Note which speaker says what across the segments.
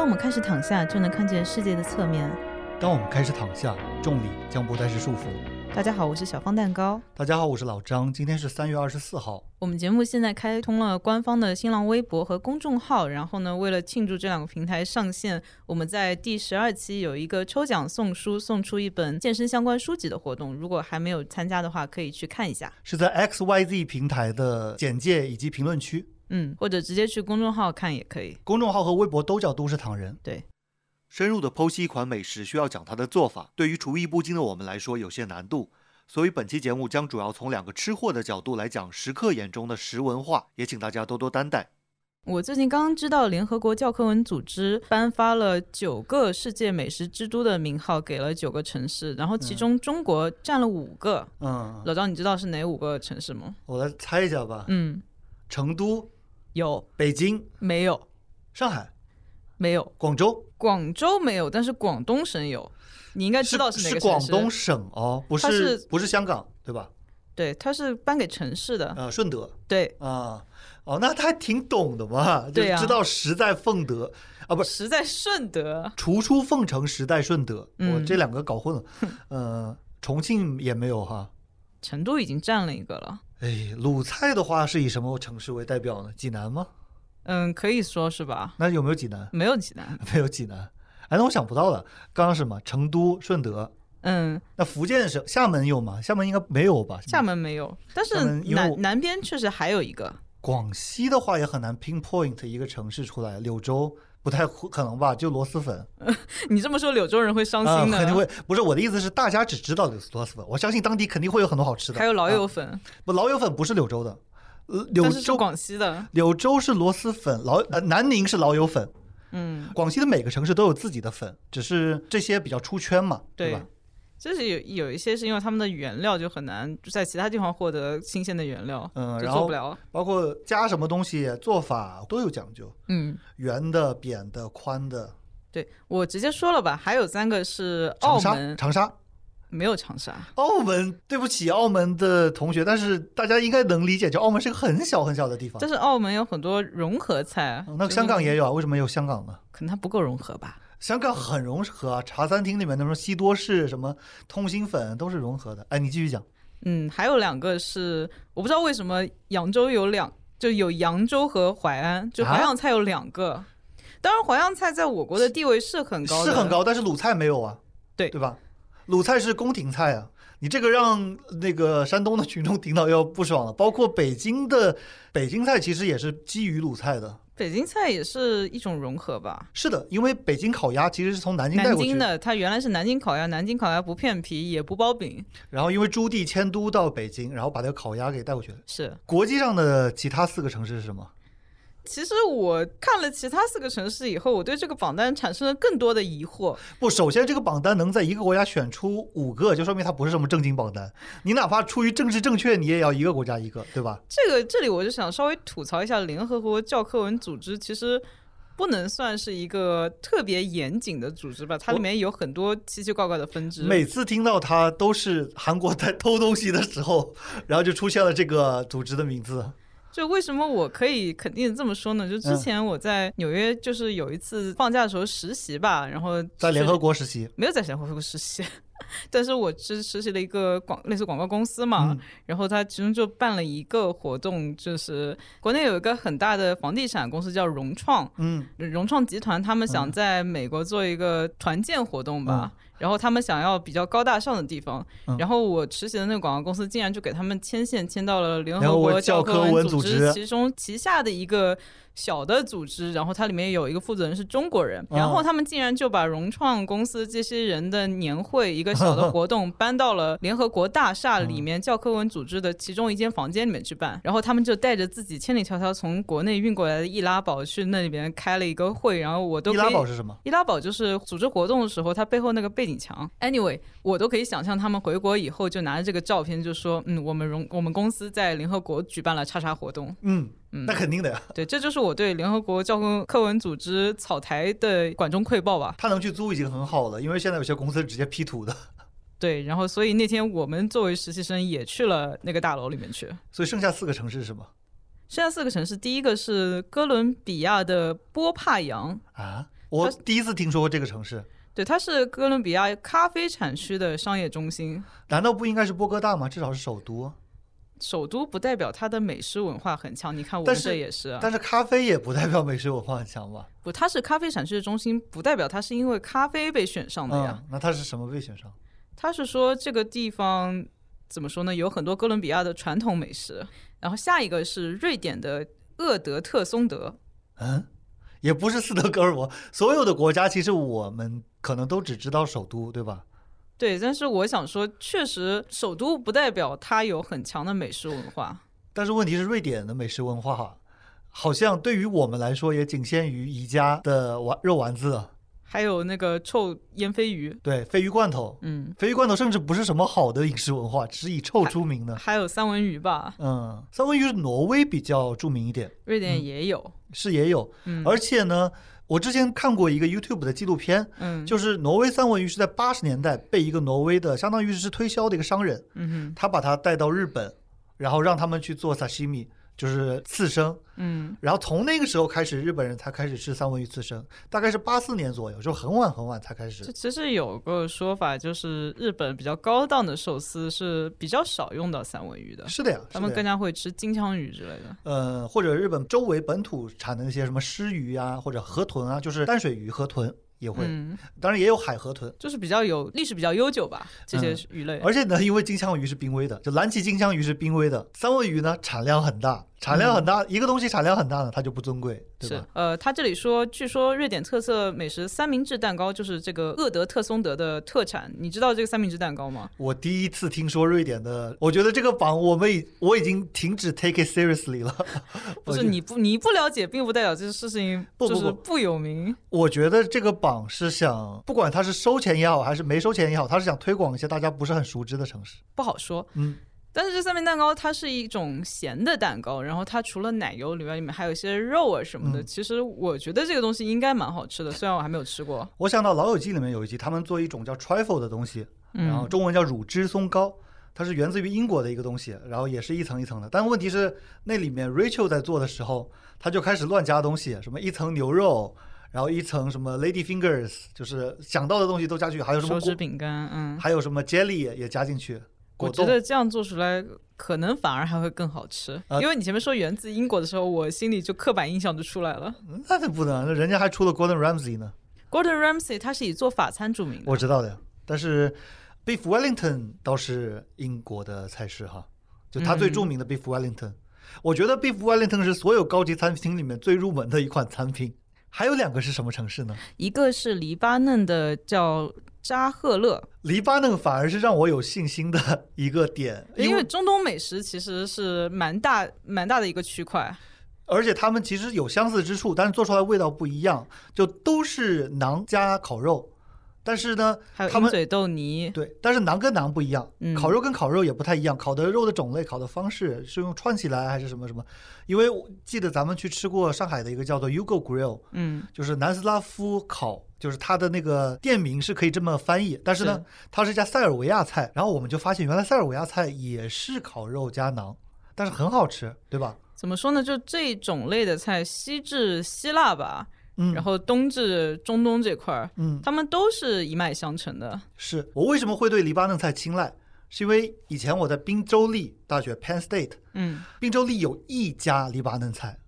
Speaker 1: 我们开始躺下，就能看见世界的侧面。
Speaker 2: 当我们开始躺下，重力将不再是束缚。
Speaker 1: 大家好，我是小方蛋糕。
Speaker 2: 大家好，我是老张，今天是三月二十四号。
Speaker 1: 我们节目现在开通了官方的新浪微博和公众号，然后呢，为了庆祝这两个平台上线，我们在第十二期有一个抽奖送书，送出一本健身相关书籍的活动。如果还没有参加的话，可以去看一下。
Speaker 2: 是在 X Y Z 平台的简介以及评论区，
Speaker 1: 嗯，或者直接去公众号看也可以。
Speaker 2: 公众号和微博都叫都市躺人。
Speaker 1: 对，
Speaker 3: 深入的剖析一款美食需要讲它的做法，对于厨艺不精的我们来说有些难度，所以本期节目将主要从两个吃货的角度来讲食客眼中的食文化，也请大家多多担待。
Speaker 1: 我最近刚刚知道，联合国教科文组织颁发了九个世界美食之都的名号，给了九个城市，然后其中中国占了五个。
Speaker 2: 嗯，
Speaker 1: 老张，你知道是哪五个城市吗？
Speaker 2: 我来猜一下吧。
Speaker 1: 嗯，
Speaker 2: 成都、
Speaker 1: 有
Speaker 2: 北京、
Speaker 1: 没有？
Speaker 2: 上海、
Speaker 1: 没有，
Speaker 2: 广州
Speaker 1: 广州没有，但是广东省有。你应该知道哪
Speaker 2: 是
Speaker 1: 个城
Speaker 2: 广
Speaker 1: 市？
Speaker 2: 东省哦，不
Speaker 1: 它
Speaker 2: 是
Speaker 1: 是
Speaker 2: 不是香港对吧？
Speaker 1: 对，它是颁给城市的。
Speaker 2: 呃，顺德
Speaker 1: 对，
Speaker 2: 啊，哦，那他还挺懂的嘛，就
Speaker 1: 对啊
Speaker 2: 知道时在奉德啊，不是。
Speaker 1: 实在顺德。
Speaker 2: 除出凤城时代顺德，我
Speaker 1: 嗯
Speaker 2: 这两个 搞混了。呃，重庆也没有哈。
Speaker 1: 成都已经占了一个了，
Speaker 2: 哎，鲁菜的话是以什么城市为代表呢？济南吗？
Speaker 1: 嗯，可以说是吧？
Speaker 2: 那有没有济南？
Speaker 1: 没有济南，
Speaker 2: 没有济南。哎，那我想不到了。刚刚是什么？成都、顺德。
Speaker 1: 嗯，
Speaker 2: 那福建是厦门有吗？厦门应该没有吧？
Speaker 1: 厦门没有，但是
Speaker 2: 厦门因为我
Speaker 1: 南南边确实还有一个，
Speaker 2: 广西的话也很难 pinpoint 一个城市出来。柳州不太可能吧？就螺蛳粉
Speaker 1: 你这么说柳州人会伤
Speaker 2: 啊、
Speaker 1: 心的，
Speaker 2: 肯定会。不是我的意思是，大家只知道螺蛳粉，我相信当地肯定会有很多好吃的。
Speaker 1: 还有老
Speaker 2: 啊
Speaker 1: 友粉，
Speaker 2: 不，老友粉不是柳州的，呃柳
Speaker 1: 但是是
Speaker 2: 州
Speaker 1: 广西的，
Speaker 2: 柳州是螺蛳粉，老呃南宁是老友粉，
Speaker 1: 嗯，
Speaker 2: 广西的每个城市都有自己的粉，只是这些比较出圈嘛，对
Speaker 1: 对
Speaker 2: 吧？。
Speaker 1: 就是有有一些是因为他们的原料就很难在其他地方获得新鲜的原料，
Speaker 2: 嗯
Speaker 1: 就
Speaker 2: 然
Speaker 1: 做
Speaker 2: 后
Speaker 1: 不了。
Speaker 2: 包括加什么东西、做法都有讲究，
Speaker 1: 嗯，
Speaker 2: 圆的、扁的、宽的。
Speaker 1: 对我直接说了吧，还有三个是
Speaker 2: 长
Speaker 1: 澳
Speaker 2: 沙，
Speaker 1: 门，
Speaker 2: 长沙，
Speaker 1: 没有长沙，
Speaker 2: 澳门，对不起，澳门的同学，但是大家应该能理解，就澳门是个很小很小的地方
Speaker 1: 但。是澳门有很多融合菜
Speaker 2: 嗯，那香港也有啊，为什么有香港呢？
Speaker 1: 可能它不够融合吧。
Speaker 2: 香港很融合啊，茶餐厅里面那种西多士、什么通心粉都是融合的。哎，你继续讲。
Speaker 1: 嗯，还有两个是我不知道为什么扬州有两，就有扬州和淮安，就淮
Speaker 2: 啊
Speaker 1: 扬菜有两个。当然，淮扬菜在我国的地位是很高的，
Speaker 2: 是很。高，但是鲁菜没有啊，
Speaker 1: 对
Speaker 2: 对吧？鲁菜是宫廷菜啊，你这个让那个山东的群众听到要不爽了。包括北京的北京菜其实也是基于鲁菜的，
Speaker 1: 北京菜也是一种融合吧。
Speaker 2: 是的，因为北京烤鸭其实是从南京带
Speaker 1: 南
Speaker 2: 过去
Speaker 1: 京，的它原来是南京烤鸭，南京烤鸭不片皮也不包饼，
Speaker 2: 然后因为朱棣迁都到北京，然后把这个烤鸭给带过去了。
Speaker 1: 是。
Speaker 2: 国际上的其他四个城市是什么？
Speaker 1: 其实我看了其他四个城市以后，我对这个榜单产生了更多的疑惑。
Speaker 2: 不，首先这个榜单能在一个国家选出五个，就说明它不是什么正经榜单。你哪怕出于政治正确，你也要一个国家一个，对吧？
Speaker 1: 这个这里我就想稍微吐槽一下，联合国教科文组织其实不能算是一个特别严谨的组织吧，它里面有很多奇奇怪怪的分支。
Speaker 2: 每次听到他都是韩国在偷东西的时候，然后就出现了这个组织的名字。
Speaker 1: 就为什么我可以肯定地这么说呢？就之前我在纽约，就是有一次放假的时候实习吧，然后
Speaker 2: 在联合
Speaker 1: 国
Speaker 2: 国实习，
Speaker 1: 没有在联合国实习。 但是我是实习了一个广类似广告公司嘛，
Speaker 2: 嗯
Speaker 1: 然后他其中就办了一个活动，就是国内有一个很大的房地产公司叫融创，
Speaker 2: 嗯，
Speaker 1: 融创集团他们想在美国做一个团建活动吧，然后他们想要比较高大上的地方，
Speaker 2: 嗯
Speaker 1: 然后我实习的那个广告公司竟然就给他们牵线牵到了联
Speaker 2: 联
Speaker 1: 合
Speaker 2: 合
Speaker 1: 国
Speaker 2: 国教
Speaker 1: 科
Speaker 2: 科文
Speaker 1: 组
Speaker 2: 组织
Speaker 1: 其中旗下的一个小的组织，然后它里面有一个负责人是中国人，
Speaker 2: 哦
Speaker 1: 然后他们竟然就把融创公司这些人的年会一个小的活动搬到了联合国大厦里面教科文组织的其中一间房间里面去办，然后他们就带着自己千里迢迢从国内运过来的易拉宝去那里边开了一个会，然后我都
Speaker 2: 易
Speaker 1: 可以
Speaker 2: 拉宝是什么？
Speaker 1: 易拉宝就是组织活动的时候，它背后那个背景墙。Anyway，我都可以想象他们回国以后就拿着这个照片就说：“嗯，我们融我们公司在联合国举办了叉叉活动。
Speaker 2: 嗯，
Speaker 1: 嗯
Speaker 2: 那肯定的呀。”
Speaker 1: 对，这就是我对联合国教科课文组织草台的管中窥豹吧。
Speaker 2: 他能去租已经很好了，因为现在有些公司直接 P 图的，
Speaker 1: 对，然后所以那天我们作为实习生也去了那个大楼里面去。
Speaker 2: 所以剩下四个城市是什么？
Speaker 1: 剩下四个城市，第一个是哥伦比亚的波帕扬，
Speaker 2: 啊，我第一次听说过这个城市，
Speaker 1: 对，它是哥伦比亚咖啡产区的商业中心。
Speaker 2: 难道不应该是波哥大吗？至少是首都。
Speaker 1: 首都不代表它的美食文化很强，你看我
Speaker 2: 但
Speaker 1: 们
Speaker 2: 是
Speaker 1: 这也是啊。
Speaker 2: 但是咖啡也不代表美食文化很强吧？
Speaker 1: 不，它是咖啡产区的中心，不代表它是因为咖啡被选上的呀。
Speaker 2: 嗯，那它是什么被选上？
Speaker 1: 他是说这个地方怎么说呢？有很多哥伦比亚的传统美食，然后下一个是瑞典的厄德特松德。
Speaker 2: 嗯，也不是斯德哥尔摩。所有的国家其实我们可能都只知道首都，对吧？
Speaker 1: 对，但是我想说，确实首都不代表它有很强的美食文化。
Speaker 2: 但是问题是，瑞典的美食文化好像对于我们来说也仅限于宜家的丸肉丸子，
Speaker 1: 还有那个臭烟鲱鱼，
Speaker 2: 对，鲱鱼罐头。
Speaker 1: 嗯，
Speaker 2: 鲱鱼罐头甚至不是什么好的饮食文化，只是以臭出名的。
Speaker 1: 还有三文鱼吧，
Speaker 2: 嗯，三文鱼是挪威比较著名一点，
Speaker 1: 瑞典也有。
Speaker 2: 是也有，
Speaker 1: 嗯
Speaker 2: 嗯而且呢，我之前看过一个 YouTube 的纪录片，
Speaker 1: 嗯，
Speaker 2: 就是挪威三文鱼是在八十年代被一个挪威的相当于是推销的一个商人，
Speaker 1: 嗯
Speaker 2: 他把它带到日本，然后让他们去做 sashimi，就是刺身。
Speaker 1: 哼嗯
Speaker 2: 然后从那个时候开始，日本人才开始吃三文鱼刺身，大概是八四年左右，就很晚很晚才开
Speaker 1: 这
Speaker 2: 始。
Speaker 1: 其实有个说法，就是日本比较高档的寿司是比较少用到三文鱼的，
Speaker 2: 是的呀，
Speaker 1: 他们
Speaker 2: 是的
Speaker 1: 更
Speaker 2: 呀
Speaker 1: 加会吃金枪鱼之类的。
Speaker 2: 呃，或者日本周围本土产的那些什么湿鱼啊，或者河豚啊，就是淡水鱼、河豚也会，
Speaker 1: 嗯，
Speaker 2: 当然也有海河豚。
Speaker 1: 就是比较有历史比较悠久吧，这些鱼类。
Speaker 2: 嗯而且呢，因为金枪鱼是濒危的，就蓝鳍金枪鱼是濒危的，三文鱼呢产量很大，产量很大，一个东西产量很大呢，它就不尊贵，对
Speaker 1: 是
Speaker 2: 吧？，
Speaker 1: 呃，他这里说，据说瑞典特色美食三明治蛋糕就是这个厄德特松德的特产。你知道这个三明治蛋糕吗？
Speaker 2: 我第一次听说瑞典的，我觉得这个榜我们已我已经停止 take it seriously 了。
Speaker 1: 不
Speaker 2: 我
Speaker 1: 是
Speaker 2: 觉
Speaker 1: 你不你不了解，并不代表这个事情
Speaker 2: 不不
Speaker 1: 就是
Speaker 2: 不
Speaker 1: 不有名。
Speaker 2: 我觉得这个榜是想，不管它是收钱也好，还是没收钱也好，它是想推广一些大家不是很熟知的城市。
Speaker 1: 不好说。
Speaker 2: 嗯，
Speaker 1: 但是这三明蛋糕它是一种咸的蛋糕，然后它除了奶油里面，里面还有一些肉啊什么的。
Speaker 2: 嗯
Speaker 1: 其实我觉得这个东西应该蛮好吃的，虽然我还没有吃过。
Speaker 2: 我想到《老友记》里面有一集，他们做一种叫 trifle 的东西，
Speaker 1: 嗯
Speaker 2: 然后中文叫乳脂松糕，它是源自于英国的一个东西，然后也是一层一层的。但问题是，那里面 Rachel 在做的时候，他就开始乱加东西，什么一层牛肉，然后一层什么 lady fingers，就是想到的东西都加去，还有什么
Speaker 1: 手指
Speaker 2: 果，
Speaker 1: 饼干，嗯，
Speaker 2: 还有什么 jelly 也也加进去，
Speaker 1: 我
Speaker 2: 果
Speaker 1: 觉
Speaker 2: 冻。
Speaker 1: 得这样做出来可能反而还会更好吃，
Speaker 2: 呃
Speaker 1: 因为你前面说源自英国的时候，我心里就刻板印象就出来了。
Speaker 2: 那那不能，那人家还出了 Gordon Ramsay 呢，
Speaker 1: Gordon Ramsay 他是以做法餐著名的，
Speaker 2: 我知道的。但是 Beef Wellington 倒是英国的菜式哈，就它最著名的 Beef Wellington，、我觉得 Beef Wellington 是所有高级餐厅里面最入门的一款餐品。还有两个是什么城市呢？
Speaker 1: 一个是黎巴嫩的叫扎赫勒，
Speaker 2: 黎巴嫩反而是让我有信心的一个点，
Speaker 1: 因为中东美食其实是蛮大蛮大的一个区块，
Speaker 2: 而且他们其实有相似之处，但是做出来味道不一样，就都是馕加烤肉，但是呢，
Speaker 1: 还有
Speaker 2: 他
Speaker 1: 鹰
Speaker 2: 们
Speaker 1: 嘴豆泥，
Speaker 2: 对，但是馕跟馕不一样，
Speaker 1: 嗯
Speaker 2: 烤肉跟烤肉也不太一样，烤的肉的种类、烤的方式是用串起来还是什么什么？因为我记得咱们去吃过上海的一个叫做 Ugo Grill，
Speaker 1: 嗯，
Speaker 2: 就是南斯拉夫烤，就是它的那个店名是可以这么翻译，但是呢，它是一家塞尔维亚菜，然后我们就发现原来塞尔维亚菜也是烤肉加馕，但是很好吃，对吧？
Speaker 1: 怎么说呢？就这种类的菜，西至希腊吧，
Speaker 2: 嗯，
Speaker 1: 然后东至中东这块儿，
Speaker 2: 嗯，
Speaker 1: 他们都是一脉相承的。
Speaker 2: 是我为什么会对黎巴嫩菜青睐，是因为以前我在宾州立大学 Penn State，
Speaker 1: 嗯，
Speaker 2: 宾州立有一家黎巴嫩菜。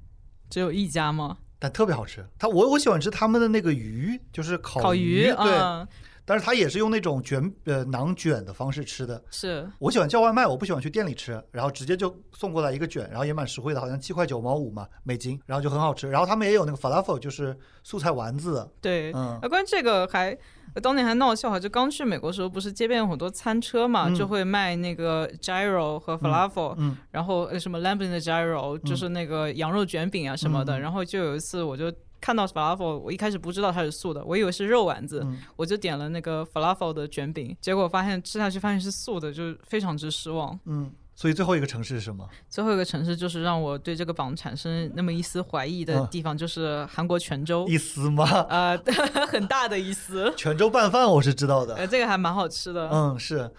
Speaker 1: 只有一家吗？
Speaker 2: 但特别好吃。它我我喜欢吃他们的那个鱼，就是烤
Speaker 1: 烤
Speaker 2: 鱼，啊对。
Speaker 1: 嗯，
Speaker 2: 但是它也是用那种卷呃馕卷的方式吃的。
Speaker 1: 是
Speaker 2: 我喜欢叫外卖，我不喜欢去店里吃，然后直接就送过来一个卷，然后也蛮实惠的，好像七块九毛五嘛美金，然后就很好吃。然后他们也有那个 falafel，就是素菜丸子，
Speaker 1: 对。
Speaker 2: 嗯
Speaker 1: 啊，关于这个还。我当年还闹笑话，就刚去美国的时候，不是街边有很多餐车嘛，
Speaker 2: 嗯
Speaker 1: 就会卖那个 gyro 和 falafel，、
Speaker 2: 嗯
Speaker 1: 然后呃什么 lambin 的 gyro，、就是那个羊肉卷饼啊什么的。
Speaker 2: 嗯
Speaker 1: 然后就有一次，我就看到 falafel，我一开始不知道它是素的，我以为是肉丸子，
Speaker 2: 嗯
Speaker 1: 我就点了那个 falafel 的卷饼，结果发现吃下去发现是素的，就是非常之失望。
Speaker 2: 嗯。所以最后一个城市是什么？
Speaker 1: 最后一个城市就是让我对这个榜产生那么一丝怀疑的
Speaker 2: 嗯
Speaker 1: 地方，就是韩国泉州。
Speaker 2: 一丝吗？
Speaker 1: 呃， 很大的一丝，
Speaker 2: 泉州拌饭我是知道的，
Speaker 1: 哎呃，这个还蛮好吃的。
Speaker 2: 嗯，是。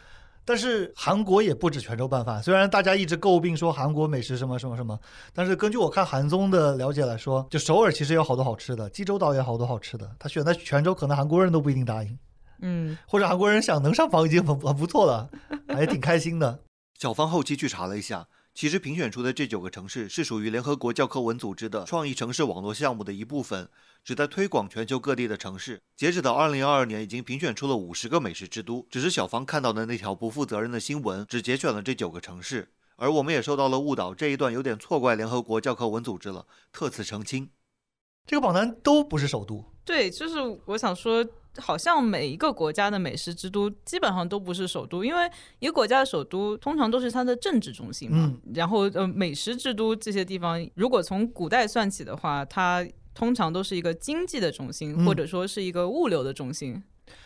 Speaker 2: 但是韩国也不止泉州拌饭，虽然大家一直诟病说韩国美食什么什么什么，但是根据我看韩综的了解来说，就首尔其实有好多好吃的，济州岛也有好多好吃的。他选在泉州，可能韩国人都不一定答应，
Speaker 1: 嗯，
Speaker 2: 或者韩国人想能上房已经很 很不错了，还挺开心的。
Speaker 3: 小芳后期去查了一下，其实评选出的这九个城市是属于联合国教科文组织的创意城市网络项目的一部分，旨在推广全球各地的城市。截止到二零二二年，已经评选出了五十个美食之都。只是小芳看到的那条不负责任的新闻，只节选了这九个城市。而我们也受到了误导，这一段有点错怪联合国教科文组织了，特此澄清。
Speaker 2: 这个榜单都不是首都，
Speaker 1: 对，就是我想说，好像每一个国家的美食之都基本上都不是首都，因为一个国家的首都通常都是它的政治中心嘛。
Speaker 2: 嗯
Speaker 1: 然后呃，美食之都这些地方，如果从古代算起的话，它通常都是一个经济的中心，
Speaker 2: 嗯
Speaker 1: 或者说是一个物流的中心，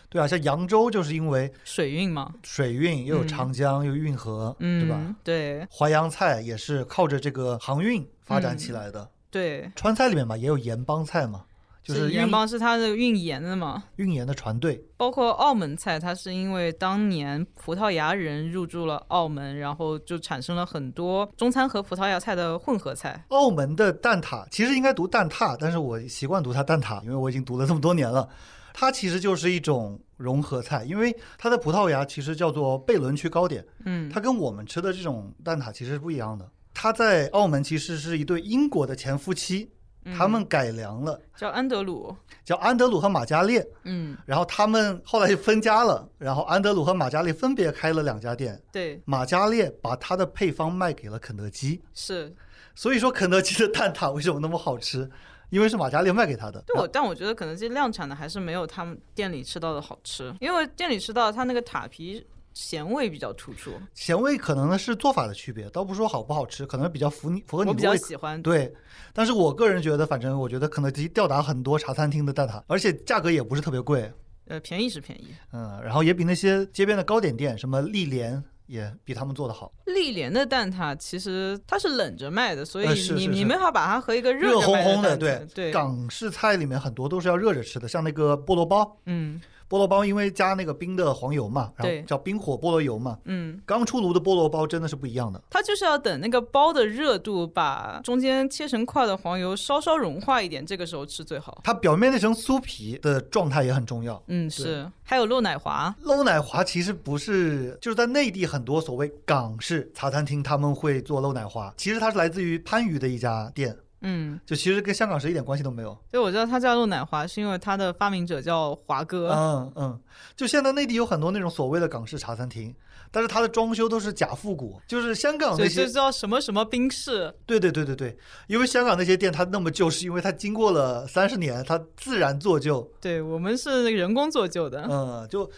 Speaker 2: 对啊，像扬州就是因为
Speaker 1: 水运嘛，
Speaker 2: 水运，又有长江，又有运河，
Speaker 1: 嗯，
Speaker 2: 对吧？？
Speaker 1: 对
Speaker 2: 淮扬菜也是靠着这个航运发展起来的。
Speaker 1: 嗯对，
Speaker 2: 川菜里面吧，也有盐帮菜嘛，就是
Speaker 1: 盐
Speaker 2: 运
Speaker 1: 帮是它的运盐的嘛。
Speaker 2: 运盐的船队。
Speaker 1: 包括澳门菜，它是因为当年葡萄牙人入驻了澳门，然后就产生了很多中餐和葡萄牙菜的混合菜。
Speaker 2: 澳门的蛋挞其实应该读蛋挞，但是我习惯读它蛋挞，因为我已经读了这么多年了。它其实就是一种融合菜，因为它在葡萄牙其实叫做贝伦区糕点，
Speaker 1: 嗯，
Speaker 2: 它跟我们吃的这种蛋挞其实是不一样的。它在澳门其实是一对英国的前夫妻，
Speaker 1: 嗯
Speaker 2: 他们改良了，
Speaker 1: 叫安德鲁。
Speaker 2: 叫安德鲁和马加列，
Speaker 1: 嗯，
Speaker 2: 然后他们后来就分家了，然后安德鲁和马加列分别开了两家店，
Speaker 1: 对，
Speaker 2: 马加列把它的配方卖给了肯德基，
Speaker 1: 是
Speaker 2: 所以说肯德基的蛋挞为什么那么好吃？因为是马加列卖给他的。
Speaker 1: 对我，但我觉得可能这量产的还是没有他们店里吃到的好吃，因为店里吃到的它那个塔皮咸味比较突出，
Speaker 2: 咸味可能呢是做法的区别，倒不说好不好吃，可能比较符你符合你
Speaker 1: 我
Speaker 2: 的
Speaker 1: 比
Speaker 2: 胃
Speaker 1: 较
Speaker 2: 口
Speaker 1: 喜欢。
Speaker 2: 对，但是我个人觉得，反正我觉得肯德基吊打很多茶餐厅的蛋挞，而且价格也不是特别贵，
Speaker 1: 呃，便宜是便宜。
Speaker 2: 嗯，然后也比那些街边的糕点店，什么丽莲也比他们做的好。
Speaker 1: 丽莲的蛋挞其实它是冷着卖的，所以
Speaker 2: 嗯呃
Speaker 1: 你、
Speaker 2: 是是
Speaker 1: 你
Speaker 2: 是
Speaker 1: 没法把它和一个
Speaker 2: 热
Speaker 1: 着
Speaker 2: 烘
Speaker 1: 卖
Speaker 2: 烘
Speaker 1: 的
Speaker 2: 的，
Speaker 1: 蛋挞对，
Speaker 2: 港式菜里面很多都是要热着吃的，像那个菠萝包，
Speaker 1: 嗯
Speaker 2: 菠萝包因为加那个冰的黄油嘛，然
Speaker 1: 对
Speaker 2: 后叫冰火菠萝油嘛，
Speaker 1: 嗯。
Speaker 2: 刚出炉的菠萝包真的是不一样的。
Speaker 1: 它就是要等那个包的热度把中间切成块的黄油稍稍融化一点，这个时候吃最好。
Speaker 2: 它表面那层酥皮的状态也很重要。
Speaker 1: 嗯，是。还有漏奶滑，
Speaker 2: 漏奶滑其实不是，就是在内地很多所谓港式茶餐厅他们会做漏奶滑，其实它是来自于番禺的一家店，
Speaker 1: 嗯，
Speaker 2: 就其实跟香港是一点关系都没有。
Speaker 1: 对，我知道它叫漏奶滑，是因为它的发明者叫华哥。
Speaker 2: 嗯嗯，就现在内地有很多那种所谓的港式茶餐厅，但是它的装修都是假复古，就是香港
Speaker 1: 所
Speaker 2: 那
Speaker 1: 以就
Speaker 2: 些，
Speaker 1: 叫什么什么冰室，
Speaker 2: 对对对对对，因为香港那些店它那么旧，是因为它经过了三十年，它自然做旧，
Speaker 1: 对我们是人工做旧的，
Speaker 2: 嗯，就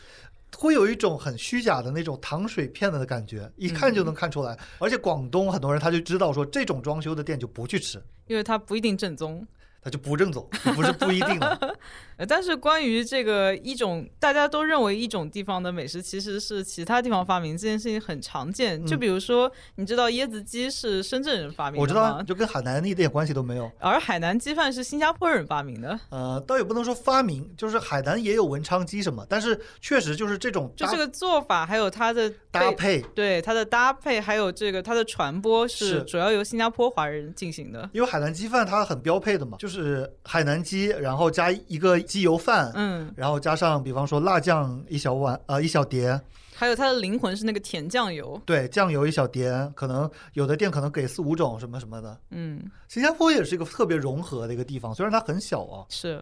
Speaker 2: 会有一种很虚假的那种糖水骗子的感觉，一看
Speaker 1: 嗯
Speaker 2: 就能看出来。而且广东很多人他就知道说这种装修的店就不去吃，
Speaker 1: 因为它不一定正宗。
Speaker 2: 他就不正宗，就不是不一 定的。
Speaker 1: 呃但是关于这个一种大家都认为一种地方的美食其实是其他地方发明，这件事情很常见。就
Speaker 2: 嗯
Speaker 1: 比如说，你知道椰子鸡是深圳人发明的吗？
Speaker 2: 我知道啊，就跟海南一点关系都没有。
Speaker 1: 而海南鸡饭是新加坡人发明的，
Speaker 2: 呃，倒也不能说发明，就是海南也有文昌鸡什么，但是确实就是这种
Speaker 1: 就
Speaker 2: 搭
Speaker 1: 这个做法，还有它的
Speaker 2: 搭
Speaker 1: 被，
Speaker 2: 配。
Speaker 1: 对它的搭配，还有这个它的传播是
Speaker 2: 是
Speaker 1: 主要由新加坡华人进行的。
Speaker 2: 因为海南鸡饭它很标配的嘛，就是海南鸡，然后加一个鸡油饭，
Speaker 1: 嗯，
Speaker 2: 然后加上比方说辣酱一小碗，呃一小碟，
Speaker 1: 还有它的灵魂是那个甜酱油，
Speaker 2: 对，酱油一小碟，可能有的店可能给四五种什么什么的。
Speaker 1: 嗯，
Speaker 2: 新加坡也是一个特别融合的一个地方，虽然它很小啊，
Speaker 1: 是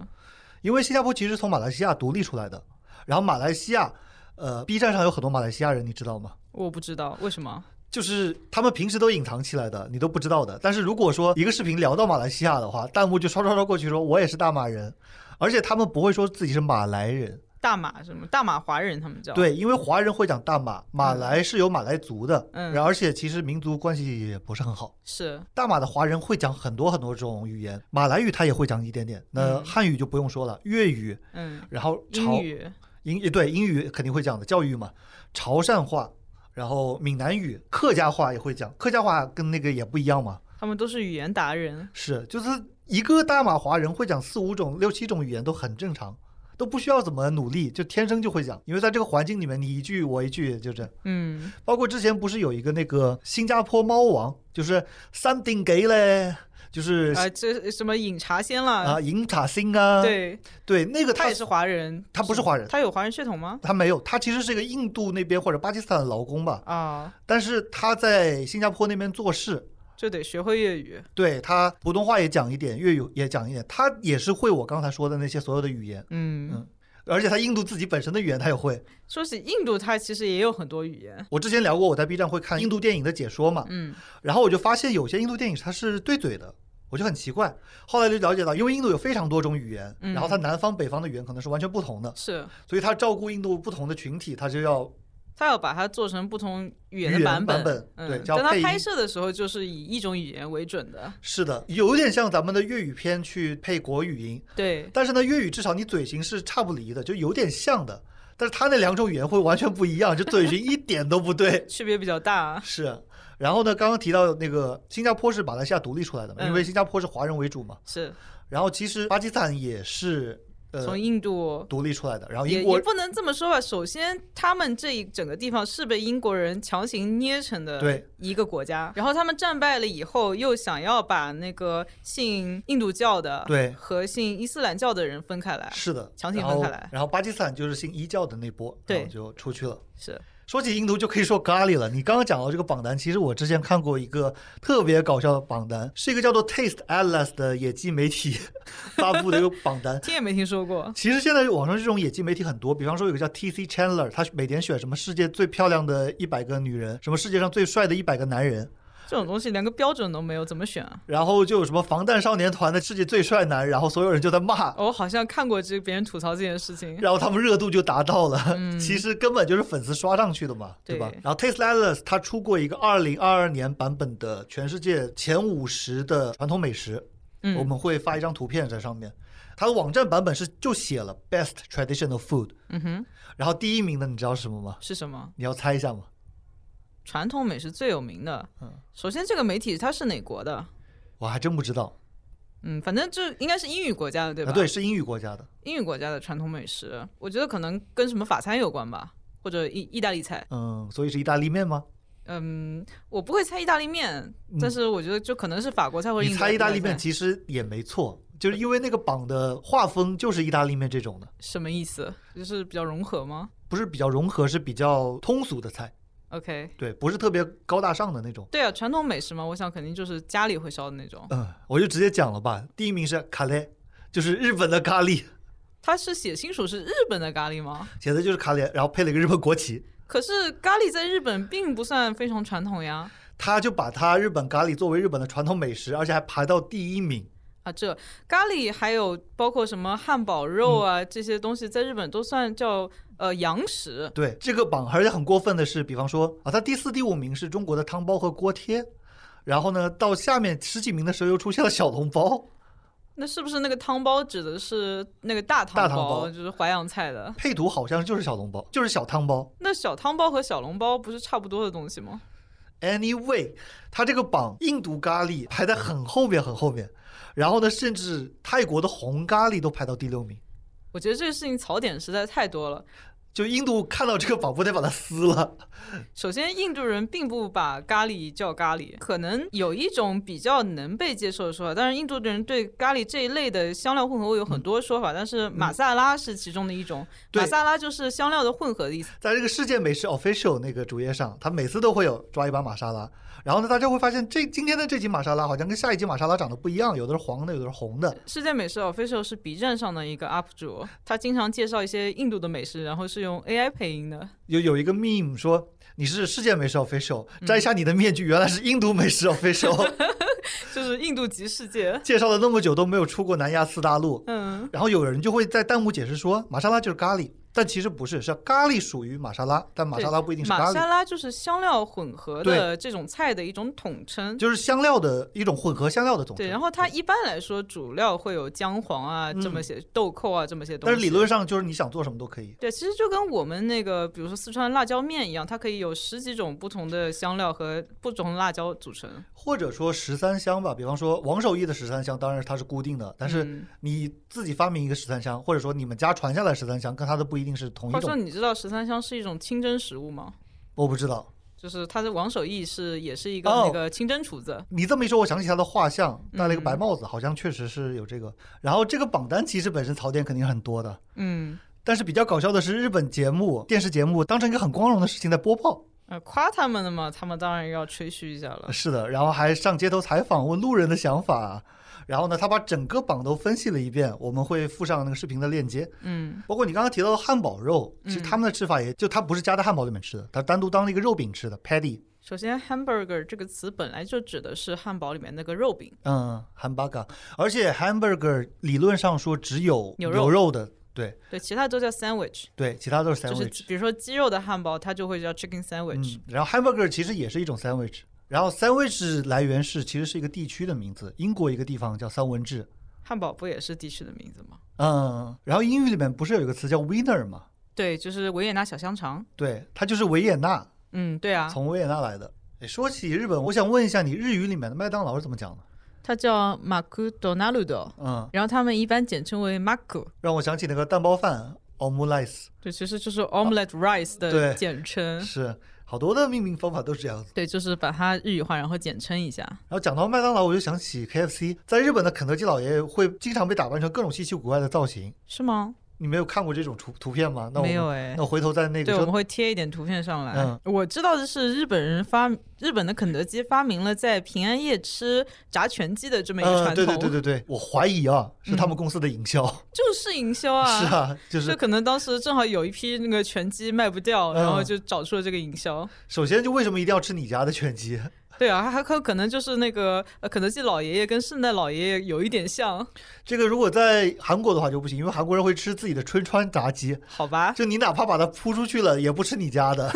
Speaker 2: 因为新加坡其实从马来西亚独立出来的，然后马来西亚，呃，B 站上有很多马来西亚人，你知道吗？
Speaker 1: 我不知道为什么，
Speaker 2: 就是他们平时都隐藏起来的，你都不知道的。但是如果说一个视频聊到马来西亚的话，弹幕就刷刷刷过去说我也是大马人，而且他们不会说自己是马来人，
Speaker 1: 大马什么大马华人他们叫，
Speaker 2: 对，因为华人会讲大马，马来是有马来族的，
Speaker 1: 嗯
Speaker 2: 然后而且其实民族关系也不是很好。
Speaker 1: 是
Speaker 2: 大马的华人会讲很多很多种语言，马来语他也会讲一点点，那
Speaker 1: 嗯
Speaker 2: 汉语就不用说了，粤语，
Speaker 1: 嗯，
Speaker 2: 然后潮
Speaker 1: 英语
Speaker 2: 英对英语肯定会讲的，教育嘛，潮汕话，然后闽南语、客家话也会讲，客家话跟那个也不一样嘛，
Speaker 1: 他们都是语言达人，
Speaker 2: 是就是一个大马华人会讲四五种、六七种语言都很正常，都不需要怎么努力，就天生就会讲，因为在这个环境里面，你一句我一句就这样。
Speaker 1: 嗯，
Speaker 2: 包括之前不是有一个那个新加坡猫王，就是三顶给嘞，就是
Speaker 1: 啊，这什么饮茶仙了，
Speaker 2: 啊银塔星啊，
Speaker 1: 对
Speaker 2: 对，那个
Speaker 1: 他
Speaker 2: 他
Speaker 1: 也是华人，
Speaker 2: 他不是华人
Speaker 1: 他有华人血统吗？
Speaker 2: 他没有，他其实是一个印度那边或者巴基斯坦的劳工吧，
Speaker 1: 啊，
Speaker 2: 但是他在新加坡那边做事，
Speaker 1: 就得学会粤语。
Speaker 2: 对他普通话也讲一点，粤语也讲一点，他也是会我刚才说的那些所有的语言，
Speaker 1: 嗯，
Speaker 2: 嗯而且他印度自己本身的语言他也会。
Speaker 1: 说起印度，它其实也有很多语言。
Speaker 2: 我之前聊过，我在 B 站会看印度电影的解说嘛，
Speaker 1: 嗯
Speaker 2: 然后我就发现有些印度电影它是对嘴的，我就很奇怪。后来就了解到，因为印度有非常多种语言，
Speaker 1: 嗯
Speaker 2: 然后它南方北方的语言可能是完全不同的，
Speaker 1: 是，
Speaker 2: 所以它照顾印度不同的群体，它就要
Speaker 1: 他要把它做成不同语言的
Speaker 2: 语言
Speaker 1: 版
Speaker 2: 版本
Speaker 1: 嗯，
Speaker 2: 对叫
Speaker 1: 但他
Speaker 2: 配音
Speaker 1: 拍摄的时候就是以一种语言为准的。
Speaker 2: 是的，有点像咱们的粤语片去配国语音，
Speaker 1: 对，
Speaker 2: 但是呢，粤语至少你嘴型是差不离的，就有点像的。但是它那两种语言会完全不一样，就嘴型一点都不对。
Speaker 1: 区别比较大。
Speaker 2: 是，然后呢，刚刚提到那个新加坡是马来西亚独立出来的嘛，因为
Speaker 1: 嗯
Speaker 2: 新加坡是华人为主嘛。
Speaker 1: 是
Speaker 2: 然后其实巴基斯坦也是呃
Speaker 1: 从印度。
Speaker 2: 独立出来的，然后英
Speaker 1: 也
Speaker 2: 国
Speaker 1: 也不能这么说吧。首先，他们这一整个地方是被英国人强行捏成的
Speaker 2: 对
Speaker 1: 一个国家，然后他们战败了以后，又想要把那个信印度教的
Speaker 2: 对
Speaker 1: 和信伊斯兰教的人分开来。
Speaker 2: 是的，
Speaker 1: 强行
Speaker 2: 然
Speaker 1: 分
Speaker 2: 后
Speaker 1: 开来
Speaker 2: 然后巴基斯坦就是信伊教的那波，然后
Speaker 1: 对
Speaker 2: 就出去了。
Speaker 1: 是，
Speaker 2: 说起印度，就可以说咖喱了。你刚刚讲到这个榜单，其实我之前看过一个特别搞笑的榜单，是一个叫做 Taste Atlas 的野鸡媒体 发布的一个榜单。
Speaker 1: 听也没听说过。
Speaker 2: 其实现在网上这种野鸡媒体很多，比方说有个叫 T C Chandler，他每年选什么世界最漂亮的一百个女人，什么世界上最帅的一百个男人，
Speaker 1: 这种东西连个标准都没有，怎么选啊？
Speaker 2: 然后就有什么防弹少年团的世界最帅男，然后所有人就在骂，
Speaker 1: 我好像看过这别人吐槽这件事情。
Speaker 2: 然后他们热度就达到了，其实根本就是粉丝刷上去的嘛，嗯对
Speaker 1: 对
Speaker 2: 吧？然后 Taste Atlas 它出过一个二零二二年版本的全世界前五十的传统美食，
Speaker 1: 嗯
Speaker 2: 我们会发一张图片在上面。它的网站版本是就写了 Best Traditional Food，
Speaker 1: 嗯哼，
Speaker 2: 然后第一名的你知道是什么吗？
Speaker 1: 是什么？
Speaker 2: 你要猜一下吗？
Speaker 1: 传统美食最有名的。
Speaker 2: 嗯
Speaker 1: 首先，这个媒体它是哪国的？
Speaker 2: 我还真不知道，
Speaker 1: 嗯，反正这应该是英语国家的，对吧？
Speaker 2: 啊，对，，是英语国家的，
Speaker 1: 英语国家的传统美食，我觉得可能跟什么法餐有关吧，或者意意大利菜。
Speaker 2: 嗯，所以是意大利面吗？
Speaker 1: 嗯，我不会猜意大利面，但是我觉得就可能是法国菜或者
Speaker 2: 嗯你
Speaker 1: 英国
Speaker 2: 猜哦意大利面
Speaker 1: 菜
Speaker 2: 其实也没错，就是因为那个榜的画风就是意大利面这种的，
Speaker 1: 什么意思？就是比较融合吗
Speaker 2: 不是比较融合，是比较通俗的菜。
Speaker 1: ？OK，
Speaker 2: 对，不是特别高大上的那种。
Speaker 1: 对啊，传统美食嘛，我想肯定就是家里会烧的那种。
Speaker 2: 嗯，我就直接讲了吧。第一名是卡列，就是日本的咖喱，
Speaker 1: 它是写清楚是日本的咖喱吗？
Speaker 2: 写的就是卡列，然后配了一个日本国旗。
Speaker 1: 可是咖喱在日本并不算非常传统呀。
Speaker 2: 他就把他日本咖喱作为日本的传统美食，而且还排到第一名。
Speaker 1: 啊，这咖喱还有包括什么汉堡肉啊、
Speaker 2: 嗯
Speaker 1: 这些东西，在日本都算叫呃洋食。
Speaker 2: 对这个榜，而且很过分的是，比方说啊，他第四、第五名是中国的汤包和锅贴，然后呢，到下面十几名的时候又出现了小笼包，
Speaker 1: 那是不是那个汤包指的是那个大汤
Speaker 2: 大汤包
Speaker 1: 就是淮扬菜的？
Speaker 2: 配图好像就是小笼包，就是小汤包。
Speaker 1: 那小汤包和小笼包不是差不多的东西吗？
Speaker 2: Anyway，它这个榜印度咖喱排在很后面很后面，然后呢，甚至泰国的红咖喱都排到第六名。
Speaker 1: 我觉得这个事情槽点实在太多了。
Speaker 2: 就印度看到这个榜不得把它撕了，
Speaker 1: 首先，印度人并不把咖喱叫咖喱，可能有一种比较能被接受的说法。但是印度人对咖喱这一类的香料混合物有很多说法，但是马萨拉是其中的一种。
Speaker 2: 对
Speaker 1: 马萨拉就是香料的混合的意思。
Speaker 2: 在这个世界美食 official 那个主页上，它每次都会有抓一把玛莎拉，然后呢，大家会发现这今天的这集玛莎拉好像跟下一集玛莎拉长得不一样，有的是黄的，有的是红的。
Speaker 1: 世界美食 official 是 B 站上的一个 UP 主，他经常介绍一些印度的美食，然后是用 AI 配音的。
Speaker 2: 有有一个 meme 说你是世界美食 official，摘下你的面具，原来是印度美食 official，
Speaker 1: 就是印度极世界。
Speaker 2: 介绍了那么久都没有出过南亚次大陆，
Speaker 1: 嗯，
Speaker 2: 然后有人就会在弹幕解释说，玛莎拉就是咖喱，但其实不是，是咖喱属于玛莎拉，但玛莎拉不一定是
Speaker 1: 玛
Speaker 2: 咖
Speaker 1: 莎
Speaker 2: 喱，
Speaker 1: 拉就是香料混合的这种菜的一种统称。
Speaker 2: 就是香料的一种混合香料的总称。
Speaker 1: 对，然后它一般来说主料会有姜黄啊，这么些豆蔻啊，这么些东
Speaker 2: 嗯但
Speaker 1: 西。
Speaker 2: 是理论上就是你想做什么都可以。
Speaker 1: 对，其实就跟我们那个，比如说四川辣椒面一样，它可以有十几种不同的香料和不同辣椒组成。
Speaker 2: 或者说十三香吧，比方说王守义的十三香，当然它是固定的，但是
Speaker 1: 嗯
Speaker 2: 你自己发明一个十三香，或者说你们家传下来十三香，跟它的不一定是同一
Speaker 1: 话说，
Speaker 2: 种。
Speaker 1: 你知道十三香是一种清真食物吗？
Speaker 2: 我不知道，
Speaker 1: 就是它的王守义是也是一个
Speaker 2: 哦
Speaker 1: 那个清真厨子。
Speaker 2: 你这么一说，我想起他的画像，戴了一个
Speaker 1: 嗯
Speaker 2: 白帽子，好像确实是有这个。然后这个榜单其实本身槽点肯定很多的，
Speaker 1: 嗯，
Speaker 2: 但是比较搞笑的是，日本节目、电视节目当成一个很光荣的事情在播报。
Speaker 1: 呃，夸他们的嘛，他们当然要吹嘘一下了。
Speaker 2: 是的，然后还上街头采访，问路人的想法。然后呢，他把整个榜都分析了一遍，我们会附上那个视频的链接。
Speaker 1: 嗯，
Speaker 2: 包括你刚刚提到的汉堡肉，其实
Speaker 1: 嗯
Speaker 2: 他们的吃法也就它不是加在汉堡里面吃的，它单独当了一个肉饼吃的 patty，
Speaker 1: 首先，hamburger 这个词本来就指的是汉堡里面那个肉饼。
Speaker 2: 嗯，hamburger。而且 hamburger 理论上说只有
Speaker 1: 牛
Speaker 2: 牛
Speaker 1: 肉
Speaker 2: 肉的，对
Speaker 1: 对，其他都叫 sandwich，
Speaker 2: 对，其他都是
Speaker 1: 就是
Speaker 2: sandwich。
Speaker 1: 鸡比如说鸡肉的汉堡，它就会叫 chicken sandwich。
Speaker 2: 嗯，然后 hamburger 其实也是一种 sandwich。然后 sandwich 来源是其实是一个地区的名字，英国一个地方叫三文治。
Speaker 1: 汉堡不也是地区的名字吗？
Speaker 2: 嗯，然后英语里面不是有一个词叫 winner 吗？
Speaker 1: 对，就是维也纳小香肠。
Speaker 2: 对，它就是维也纳，
Speaker 1: 嗯，对啊，
Speaker 2: 从维也纳来的。诶说起日本，我想问一下，你日语里面的麦当劳是怎么讲的？
Speaker 1: 它叫 McDonald，
Speaker 2: 嗯，
Speaker 1: 然后他们一般简称为 Mac。
Speaker 2: 让我想起那个蛋包饭 omulice，
Speaker 1: 对，其实就是 omelette rice 的
Speaker 2: 哦对
Speaker 1: 简称。
Speaker 2: 是好多的命名方法都是这样子。
Speaker 1: 对，就是把它日语化，然后简称一下。
Speaker 2: 然后讲到麦当劳，我就想起 KFC，在日本的肯德基老爷会经常被打扮成各种稀奇古怪的造型。
Speaker 1: 是吗？
Speaker 2: 你没有看过这种图图片吗？那我
Speaker 1: 没有
Speaker 2: 们
Speaker 1: 哎、
Speaker 2: 那我回头在那个
Speaker 1: 对，我们
Speaker 2: 说，
Speaker 1: 会贴一点图片上来。
Speaker 2: 嗯
Speaker 1: 我知道的是，日本人发日本的肯德基发明了在平安夜吃炸全鸡的这么一个
Speaker 2: 嗯，
Speaker 1: 传
Speaker 2: 对
Speaker 1: 统，嗯
Speaker 2: 对对对对，我怀疑啊，是他们公司的 营销，
Speaker 1: 就是营销啊。
Speaker 2: 是啊，就
Speaker 1: 就是可能当时正好有一批那个全鸡卖不掉，
Speaker 2: 嗯
Speaker 1: 然后就找出了这个营销。
Speaker 2: 首先就为什么一定要吃你家的全鸡？
Speaker 1: 对啊，还可可能就是那个呃肯德基老爷爷跟圣诞老爷爷有一点像，
Speaker 2: 这个如果在韩国的话就不行，因为韩国人会吃自己的春川炸鸡，
Speaker 1: 好吧？
Speaker 2: 就你哪怕把它扑出去了，也不吃你 家的。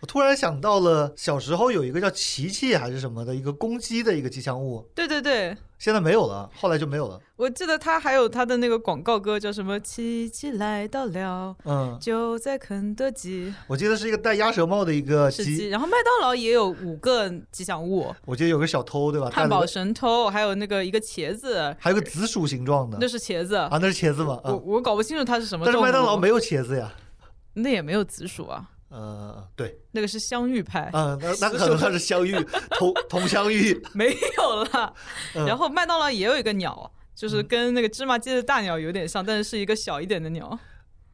Speaker 2: 我突然想到了小时候有一个叫琪琪还是什么的一个公鸡的一个吉祥物，
Speaker 1: 对对对。
Speaker 2: 现在没有了，后来就没有了。
Speaker 1: 我记得他还有他的那个广告歌叫什么“奇迹来到了，
Speaker 2: 嗯，
Speaker 1: 就在肯德基”，
Speaker 2: 我记得是一个戴鸭舌帽的一个
Speaker 1: 是鸡。
Speaker 2: 鸡，
Speaker 1: 然后麦当劳也有五个吉祥物，
Speaker 2: 我记得有个小偷对吧？
Speaker 1: 汉
Speaker 2: 戴
Speaker 1: 堡
Speaker 2: 啊了个
Speaker 1: 神偷，还有那个一个茄子，
Speaker 2: 还有个紫薯形状的
Speaker 1: 那是茄子。
Speaker 2: 啊，那是茄子吗？
Speaker 1: 我
Speaker 2: 啊，
Speaker 1: 我搞不清楚它是什么
Speaker 2: 但
Speaker 1: 动物。
Speaker 2: 是麦当劳没有茄子呀。
Speaker 1: 那也没有紫薯啊，
Speaker 2: 呃， 对，
Speaker 1: 那个是香芋派，
Speaker 2: 嗯、那那可能它 是香芋，同同香芋，
Speaker 1: 没有啦。
Speaker 2: 嗯
Speaker 1: 然后麦当劳也有一个鸟，就是跟那个芝麻街的大鸟有点像，但是是一个小一点的鸟。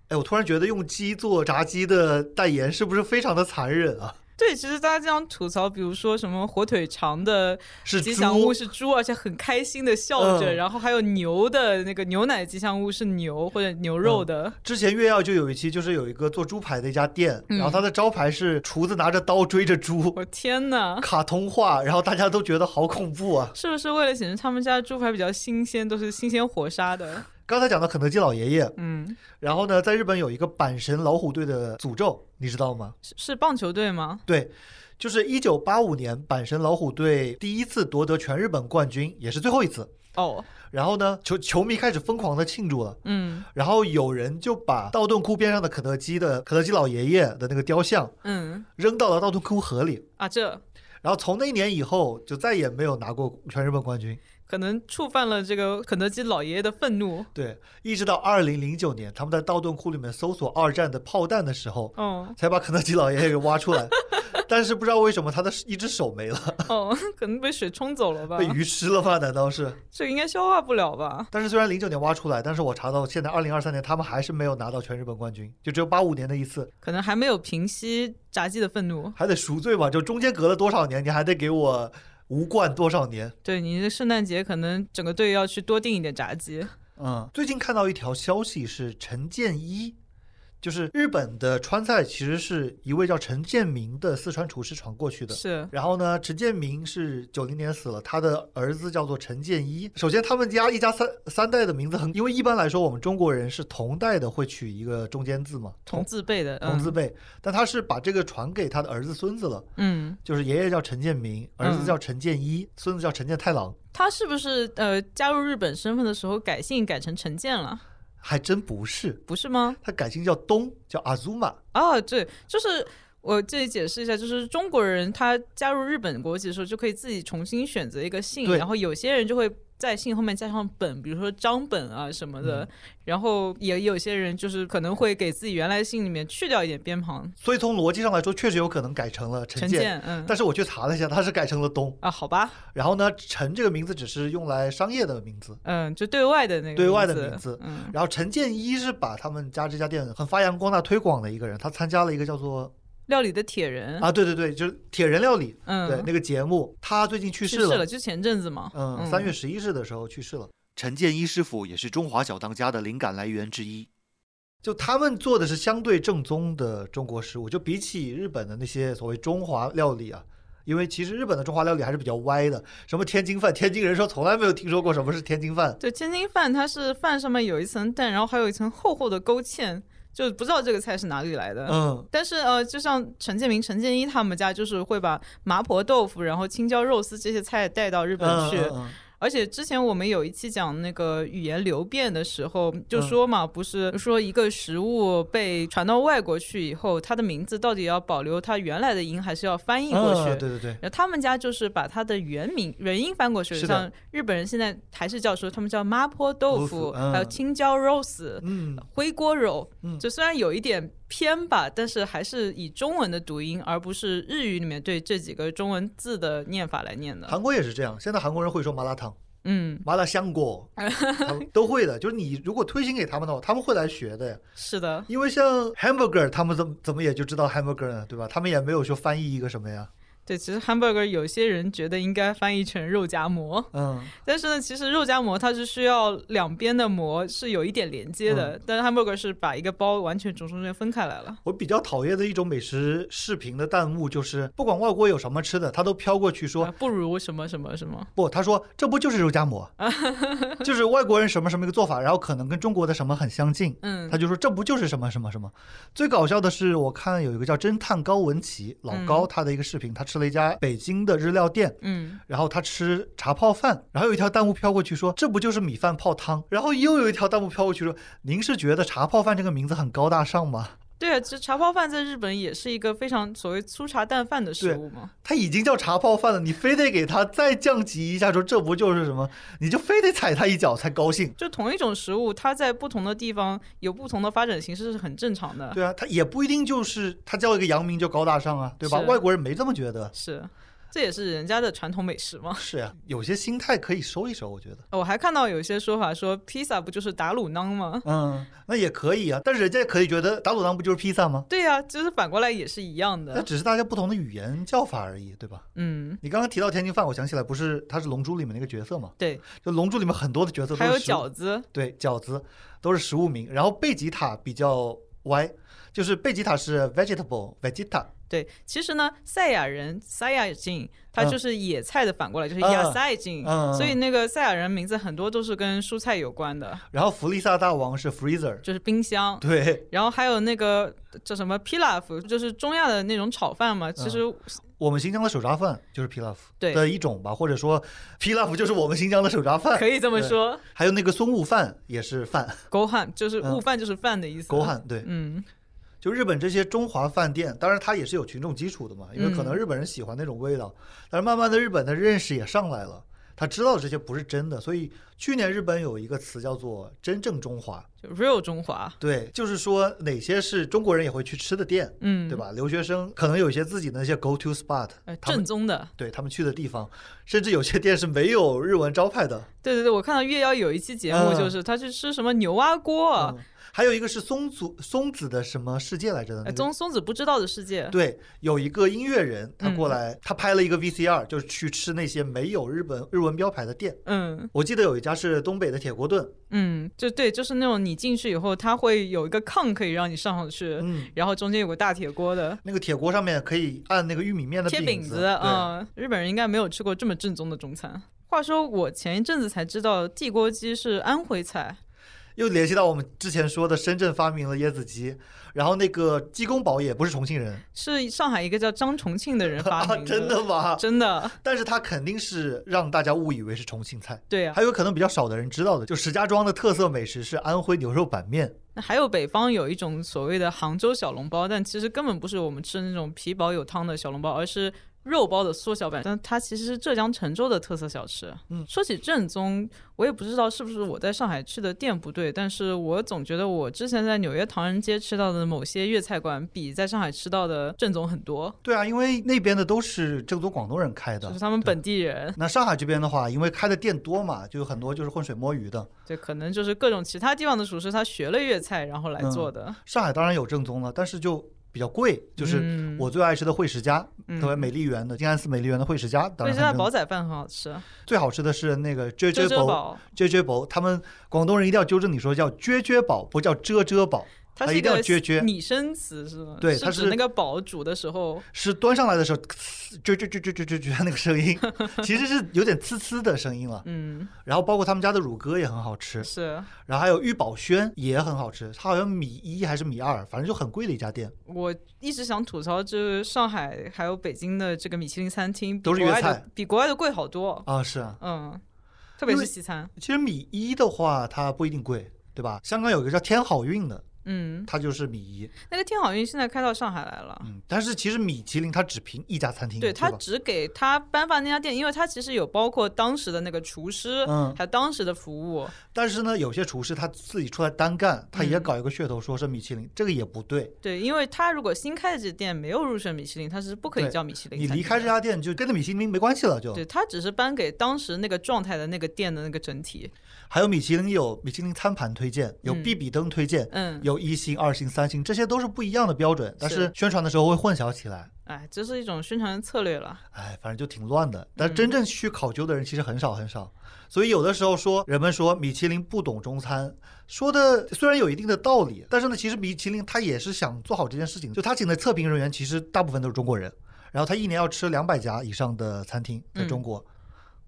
Speaker 2: 哎，我突然觉得用鸡做炸鸡的代言是不是非常的残忍啊？
Speaker 1: 对，其实大家经常吐槽，比如说什么火腿肠的
Speaker 2: 是
Speaker 1: 吉祥物
Speaker 2: 猪，
Speaker 1: 是猪，而且很开心的笑着，
Speaker 2: 嗯
Speaker 1: 然后还有牛的那个牛奶吉祥物是牛或者牛肉的，
Speaker 2: 之前月曜就有一期，就是有一个做猪排的一家店，
Speaker 1: 嗯
Speaker 2: 然后它的招牌是厨子拿着刀追着猪，
Speaker 1: 我天哪！
Speaker 2: 卡通化，然后大家都觉得好恐怖啊！
Speaker 1: 是不是为了显示他们家的猪排比较新鲜，都是新鲜活杀的？
Speaker 2: 刚才讲到肯德基老爷爷，
Speaker 1: 嗯，
Speaker 2: 然后呢，在日本有一个阪神老虎队的诅咒，你知道吗？
Speaker 1: 是是棒球队吗？
Speaker 2: 对，就是一九八五年阪神老虎队第一次夺得全日本冠军，也是最后一次。
Speaker 1: 哦，
Speaker 2: 然后呢，球球迷开始疯狂的庆祝了。
Speaker 1: 嗯
Speaker 2: 然后有人就把道顿窟边上的肯德基的肯德基老爷爷的那个雕像
Speaker 1: 嗯
Speaker 2: 扔到了道顿窟河里，
Speaker 1: 啊，这
Speaker 2: 然后从那一年以后就再也没有拿过全日本冠军。
Speaker 1: 可能触犯了这个肯德基老爷爷的愤怒。
Speaker 2: 对，一直到二零零九年，他们在道顿窟里面搜索二战的炮弹的时候，
Speaker 1: 哦
Speaker 2: 才把肯德基老爷爷给挖出来。但是不知道为什么他的一只手没了，
Speaker 1: 哦， 可能被水冲走了吧
Speaker 2: 被？鱼吃了吧？难道是？
Speaker 1: 这个应该消化不了吧？
Speaker 2: 但是虽然零九年挖出来，但是我查到现在二零二三年他们还是没有拿到全日本冠军，就只有八五年的一次，
Speaker 1: 可能还没有平息炸鸡的愤怒。
Speaker 2: 还得赎罪嘛？就中间隔了多少年，你还得给我无冠多少年？
Speaker 1: 对你这圣诞节可能整个队要去多订一点炸鸡。
Speaker 2: 嗯，最近看到一条消息是陈建一，就是日本的川菜其实是一位叫陈建明的四川厨师传过去的。
Speaker 1: 是
Speaker 2: 然后呢，陈建明是九零年死了，他的儿子叫做陈建一。首先，他们家一家三三代的名字很，因为一般来说我们中国人是同代的会取一个中间字嘛，
Speaker 1: 同字辈的，
Speaker 2: 同
Speaker 1: 嗯
Speaker 2: 字辈，但他是把这个传给他的儿子孙子了，
Speaker 1: 嗯，
Speaker 2: 就是爷爷叫陈建明，儿子
Speaker 1: 嗯
Speaker 2: 叫陈建一，孙子叫陈建太郎。
Speaker 1: 他是不是呃加入日本身份的时候改姓改成陈建了？
Speaker 2: 还真不是，
Speaker 1: 不是吗？
Speaker 2: 他改姓叫东，叫阿祖玛。
Speaker 1: 啊，对，就是我这里解释一下，就是中国人他加入日本国籍的时候，就可以自己重新选择一个姓，
Speaker 2: 对
Speaker 1: 然后有些人就会在姓后面加上本，比如说张本啊什么
Speaker 2: 嗯
Speaker 1: 的，然后也有些人就是可能会给自己原来姓里面去掉一点边旁，
Speaker 2: 所以从逻辑上来说，确实有可能改成了陈
Speaker 1: 陈
Speaker 2: 建。
Speaker 1: 建，嗯，
Speaker 2: 但是我去查了一下，他是改成了东。
Speaker 1: 啊，好吧，
Speaker 2: 然后呢，陈这个名字只是用来商业的名字。
Speaker 1: 嗯，就对外的那个
Speaker 2: 对外的
Speaker 1: 名
Speaker 2: 名字
Speaker 1: 嗯，
Speaker 2: 然后陈建一是把他们家这家店很发扬光大推广的一个人，他参加了一个叫做
Speaker 1: 料理的铁人，
Speaker 2: 啊，对对对，就是铁人料理，
Speaker 1: 嗯，
Speaker 2: 对那个节目，他最近去
Speaker 1: 去
Speaker 2: 世了，
Speaker 1: 就前阵子嘛，
Speaker 2: 嗯，三月十一日的时候去世了。
Speaker 3: 陈建一师傅也是中华小当家的灵感来源之一。
Speaker 2: 就他们做的是相对正宗的中国食物，就比起日本的那些所谓中华料理啊，因为其实日本的中华料理还是比较歪的，什么天津饭，天津人说从来没有听说过什么是天津饭，
Speaker 1: 对，天津饭它是饭上面有一层蛋，然后还有一层厚厚的勾芡，就不知道这个菜是哪里来的。
Speaker 2: 嗯，
Speaker 1: 但是呃，就像陈建明、陈建一他们家，就是会把麻婆豆腐、然后青椒肉丝这些菜带到日本
Speaker 2: 嗯
Speaker 1: 去。
Speaker 2: 嗯
Speaker 1: 而且之前我们有一期讲那个语言流变的时候，
Speaker 2: 嗯
Speaker 1: 就说嘛，不是说一个食物被传到外国去以后，它的名字到底要保留它原来的音，还是要翻译
Speaker 2: 嗯
Speaker 1: 过
Speaker 2: 嗯
Speaker 1: 去？
Speaker 2: 对对对，
Speaker 1: 然后他们家就是把它的原名原音翻过去，
Speaker 2: 是的
Speaker 1: 像日本人现在还是叫说他们叫麻婆豆腐，
Speaker 2: 豆腐嗯
Speaker 1: 还有青椒肉丝、
Speaker 2: 嗯，
Speaker 1: 回锅肉，
Speaker 2: 嗯
Speaker 1: 就虽然有一点偏吧，但是还是以中文的读音，而不是日语里面对这几个中文字的念法来念的。
Speaker 2: 韩国也是这样，现在韩国人会说麻辣烫、
Speaker 1: 嗯，
Speaker 2: 麻辣 香锅，他们都会的，就是你如果推行给他们的话，他们会来学的呀，
Speaker 1: 是的，
Speaker 2: 因为像 hamburger，他们怎么怎么也就知道 hamburger 呢，对吧？他们也没有说翻译一个什么呀，
Speaker 1: 对，其实 hamburger 有些人觉得应该翻译成肉夹馍，
Speaker 2: 嗯，
Speaker 1: 但是呢，其实肉夹馍它是需要两边的馍是有一点连接
Speaker 2: 嗯
Speaker 1: 的，但是 hamburger 是把一个包完全从中间分开来了。
Speaker 2: 我比较讨厌的一种美食视频的弹幕就是，不管外国有什么吃的，他都飘过去说
Speaker 1: 啊不如什么什么什么，
Speaker 2: 不，他说这不就是肉夹馍，
Speaker 1: 啊
Speaker 2: 就是外国人什么什么一个做法，然后可能跟中国的什么很相近，
Speaker 1: 嗯
Speaker 2: 他就说这不就是什么什么什么。最搞笑的是，我看有一个叫侦探高文琪老
Speaker 1: 嗯
Speaker 2: 高他的一个视频，他吃了一家北京的日料店。
Speaker 1: 嗯，
Speaker 2: 然后他吃茶泡饭，然后有一条弹幕飘过去说这不就是米饭泡汤，然后又有一条弹幕飘过去说您是觉得茶泡饭这个名字很高大上吗？
Speaker 1: 对啊，其实茶泡饭在日本也是一个非常所谓粗茶淡饭的食物嘛。
Speaker 2: 它已经叫茶泡饭了，你非得给它再降级一下，说这不就是什么，你就非得踩它一脚才高兴。
Speaker 1: 就同一种食物，它在不同的地方有不同的发展形式是很正常的。
Speaker 2: 对啊，它也不一定就是它叫一个洋名就高大上啊，对吧？
Speaker 1: 是
Speaker 2: 外国人没这么觉得。
Speaker 1: 是，这也是人家的传统美食嘛。
Speaker 2: 是呀、有些心态可以收一收，我觉得。
Speaker 1: 我还看到有些说法说，披萨不就是打卤馕吗？
Speaker 2: 嗯，那也可以啊，但是人家也可以觉得打卤囊不就是披萨吗？
Speaker 1: 对呀、就是反过来也是一样
Speaker 2: 那
Speaker 1: 的。
Speaker 2: 只是大家不同的语言叫法而已，对吧？
Speaker 1: 嗯，
Speaker 2: 你刚刚提到天津饭，我想起来，不是他是《龙珠》里面那个角色嘛？
Speaker 1: 对，
Speaker 2: 就《龙珠》里面很多的角色都是
Speaker 1: 还有
Speaker 2: 食物
Speaker 1: 饺子，
Speaker 2: 对，饺子都是食物名。然后贝吉塔比较歪，就是贝吉塔是 vegetable vegeta，
Speaker 1: 对，其实呢，赛亚人赛亚进，它
Speaker 2: 嗯
Speaker 1: 就是野菜的反过来，就是
Speaker 2: 嗯
Speaker 1: 亚赛进，
Speaker 2: 嗯嗯
Speaker 1: 所以那个赛亚人名字很多都是跟蔬菜有关的，
Speaker 2: 然后弗利萨大王是 freezer，
Speaker 1: 就是冰箱。
Speaker 2: 对
Speaker 1: 然后还有那个叫什么 pilaf，就是中亚的那种炒饭嘛。
Speaker 2: 嗯
Speaker 1: 其实、
Speaker 2: 我们新疆的手抓饭就是 pilaf
Speaker 1: 对
Speaker 2: 的一种吧，或者说 pilaf 就是我们新疆的手抓饭
Speaker 1: 可，以这么
Speaker 2: 对
Speaker 1: 说，
Speaker 2: 还有那个松雾饭也是饭，
Speaker 1: 狗汉就是
Speaker 2: 嗯
Speaker 1: 悟饭就是饭的意思。
Speaker 2: 狗，汉对，
Speaker 1: 嗯，
Speaker 2: 就日本这些中华饭店，当然它也是有群众基础的嘛，因为可能日本人喜欢那种味道，但是慢慢的日本的认识也上来了。他知道这些不是真的，所以去年日本有一个词叫做“真正中华”，
Speaker 1: 就 real 中华，
Speaker 2: 对，就是说哪些是中国人也会去吃的店，
Speaker 1: 嗯，
Speaker 2: 对？吧？留学生可能有一些自己的那些 go to spot，
Speaker 1: 呃，
Speaker 2: 他
Speaker 1: 正
Speaker 2: 们
Speaker 1: 宗的，
Speaker 2: 对他们去的地方，甚至有些店是没有日文招牌的。
Speaker 1: 对对对，我看到月妖有一期节目，
Speaker 2: 嗯
Speaker 1: 就是他去吃什么牛蛙锅啊，
Speaker 2: 嗯，还有一个是松子松子的什么世界来着的那
Speaker 1: 呃
Speaker 2: 个。
Speaker 1: 松松子不知道的世界，
Speaker 2: 对，有一个音乐人，他过
Speaker 1: 嗯
Speaker 2: 来，他拍了一个 VCR，就是去吃那些没有日本日文标牌的店。
Speaker 1: 嗯，
Speaker 2: 我记得有一家是东北的铁锅炖，
Speaker 1: 嗯，就对，就是那种你你进去以后，它会有一个炕可以让你上去，
Speaker 2: 嗯，
Speaker 1: 然后中间有个大铁锅的。
Speaker 2: 那个铁锅上面可以按那个玉米面的
Speaker 1: 贴饼
Speaker 2: 子，
Speaker 1: 子，嗯，日本人应该没有吃过这么正宗的中餐。话说我前一阵子才知道地锅鸡是安徽菜，
Speaker 2: 又联系到我们之前说的深圳发明了椰子鸡，然后那个鸡公煲也不是重庆人
Speaker 1: 是上海一个叫张重庆的人发
Speaker 2: 啊，
Speaker 1: 明
Speaker 2: 真 的吗？
Speaker 1: 真的，
Speaker 2: 但是它肯定是让大家误以为是重庆菜，
Speaker 1: 对啊呀、
Speaker 2: 还有可能比较少的人知道的，就石家庄的特色美食是安徽牛肉板面，
Speaker 1: 那还有北方有一种所谓的杭州小笼包，但其实根本不是我们吃的那种皮薄有汤的小笼包，而是肉包的缩小版。但它其实是浙江郴州的特色小吃。
Speaker 2: 嗯
Speaker 1: 说起正宗，我也不知道是不是我在上海去的店不对，但是我总觉得我之前在纽约唐人街吃到的某些粤菜馆，比在上海吃到的正宗很多，
Speaker 2: 对啊，因为那边的都是正宗广东人开的
Speaker 1: 就是。他们
Speaker 2: 对
Speaker 1: 本地 人，
Speaker 2: 那上海这边的话，因为开的店多嘛，就有很多就是浑水摸鱼的。
Speaker 1: 对，可能就是各种其他地方的厨师他学了粤菜然后来
Speaker 2: 嗯
Speaker 1: 做的。
Speaker 2: 上海当然有正宗了，但是就比较贵。就是
Speaker 1: 嗯
Speaker 2: 我最爱吃的惠食家，
Speaker 1: 嗯
Speaker 2: 特别美丽园的静安寺美丽园的惠食家，当
Speaker 1: 对，
Speaker 2: 然
Speaker 1: 现在
Speaker 2: 很正
Speaker 1: 煲仔饭很好吃，
Speaker 2: 最好吃的是那个啫
Speaker 1: 遮
Speaker 2: 啫
Speaker 1: 遮
Speaker 2: 煲
Speaker 1: 宝。
Speaker 2: 啫啫煲，他们广东人一定要纠正你说叫啫啫煲，不叫遮遮煲，
Speaker 1: 它
Speaker 2: 它
Speaker 1: 是
Speaker 2: 啊一定要
Speaker 1: 个
Speaker 2: 撅撅
Speaker 1: 拟声词是吗？
Speaker 2: 对
Speaker 1: 是
Speaker 2: 它
Speaker 1: 指
Speaker 2: 是
Speaker 1: 那个煲煮的时候，
Speaker 2: 是端上来的时候呲啾啾啾啾啾啾啾那个声音，其实是有点呲呲的声音了。
Speaker 1: 嗯，
Speaker 2: 然后包括他们家的乳鸽也很好吃，
Speaker 1: 是
Speaker 2: 然后还有玉宝轩也很好吃，它好像米一还是米二，反正就很贵的一家店。
Speaker 1: 我一直想吐槽，就是上海还有北京的这个米其林餐厅，比
Speaker 2: 都是
Speaker 1: 国
Speaker 2: 粤
Speaker 1: 外的
Speaker 2: 菜
Speaker 1: 比国外的贵好多，
Speaker 2: 啊，是啊，
Speaker 1: 嗯，特别
Speaker 2: 因
Speaker 1: 是
Speaker 2: 为
Speaker 1: 西餐，
Speaker 2: 其实米一的话它不一定贵，对吧？香港有一个叫天好运的，
Speaker 1: 嗯，
Speaker 2: 它就是米一，
Speaker 1: 那个天好运现在开到上海来了。
Speaker 2: 嗯，但是其实米其林它只评一家餐厅，
Speaker 1: 对他
Speaker 2: 吧
Speaker 1: 只给他颁发那家店，因为他其实有包括当时的那个厨师，
Speaker 2: 嗯
Speaker 1: 还有当时的服务，
Speaker 2: 但是呢，有些厨师他自己出来单干，他也
Speaker 1: 嗯
Speaker 2: 搞一个噱头，说是米其林，这个也不对。
Speaker 1: 对，因为他如果新开的这店没有入选米其林，他是不可以
Speaker 2: 对
Speaker 1: 叫米其林
Speaker 2: 你
Speaker 1: 餐
Speaker 2: 离
Speaker 1: 厅
Speaker 2: 开
Speaker 1: 的
Speaker 2: 这家店就跟着米其林没关系了，就。
Speaker 1: 对他只是颁给当时那个状态的那个店的那个整体，
Speaker 2: 还有米其林有米其林餐盘推荐，有
Speaker 1: 嗯
Speaker 2: 必比登推荐，
Speaker 1: 嗯，
Speaker 2: 有一星、二星、三星，这些都是不一样的标准，但是宣传的时候会混淆起来。
Speaker 1: 哎，这是一种宣传策略了。
Speaker 2: 哎，反正就挺乱的。
Speaker 1: 嗯
Speaker 2: 但真正去考究的人其实很少很少，所以有的时候说人们说米其林不懂中餐，说的虽然有一定的道理，但是呢，其实米其林他也是想做好这件事情，就他请的测评人员其实大部分都是中国人，然后他一年要吃两百家以上的餐厅，在
Speaker 1: 嗯
Speaker 2: 中国，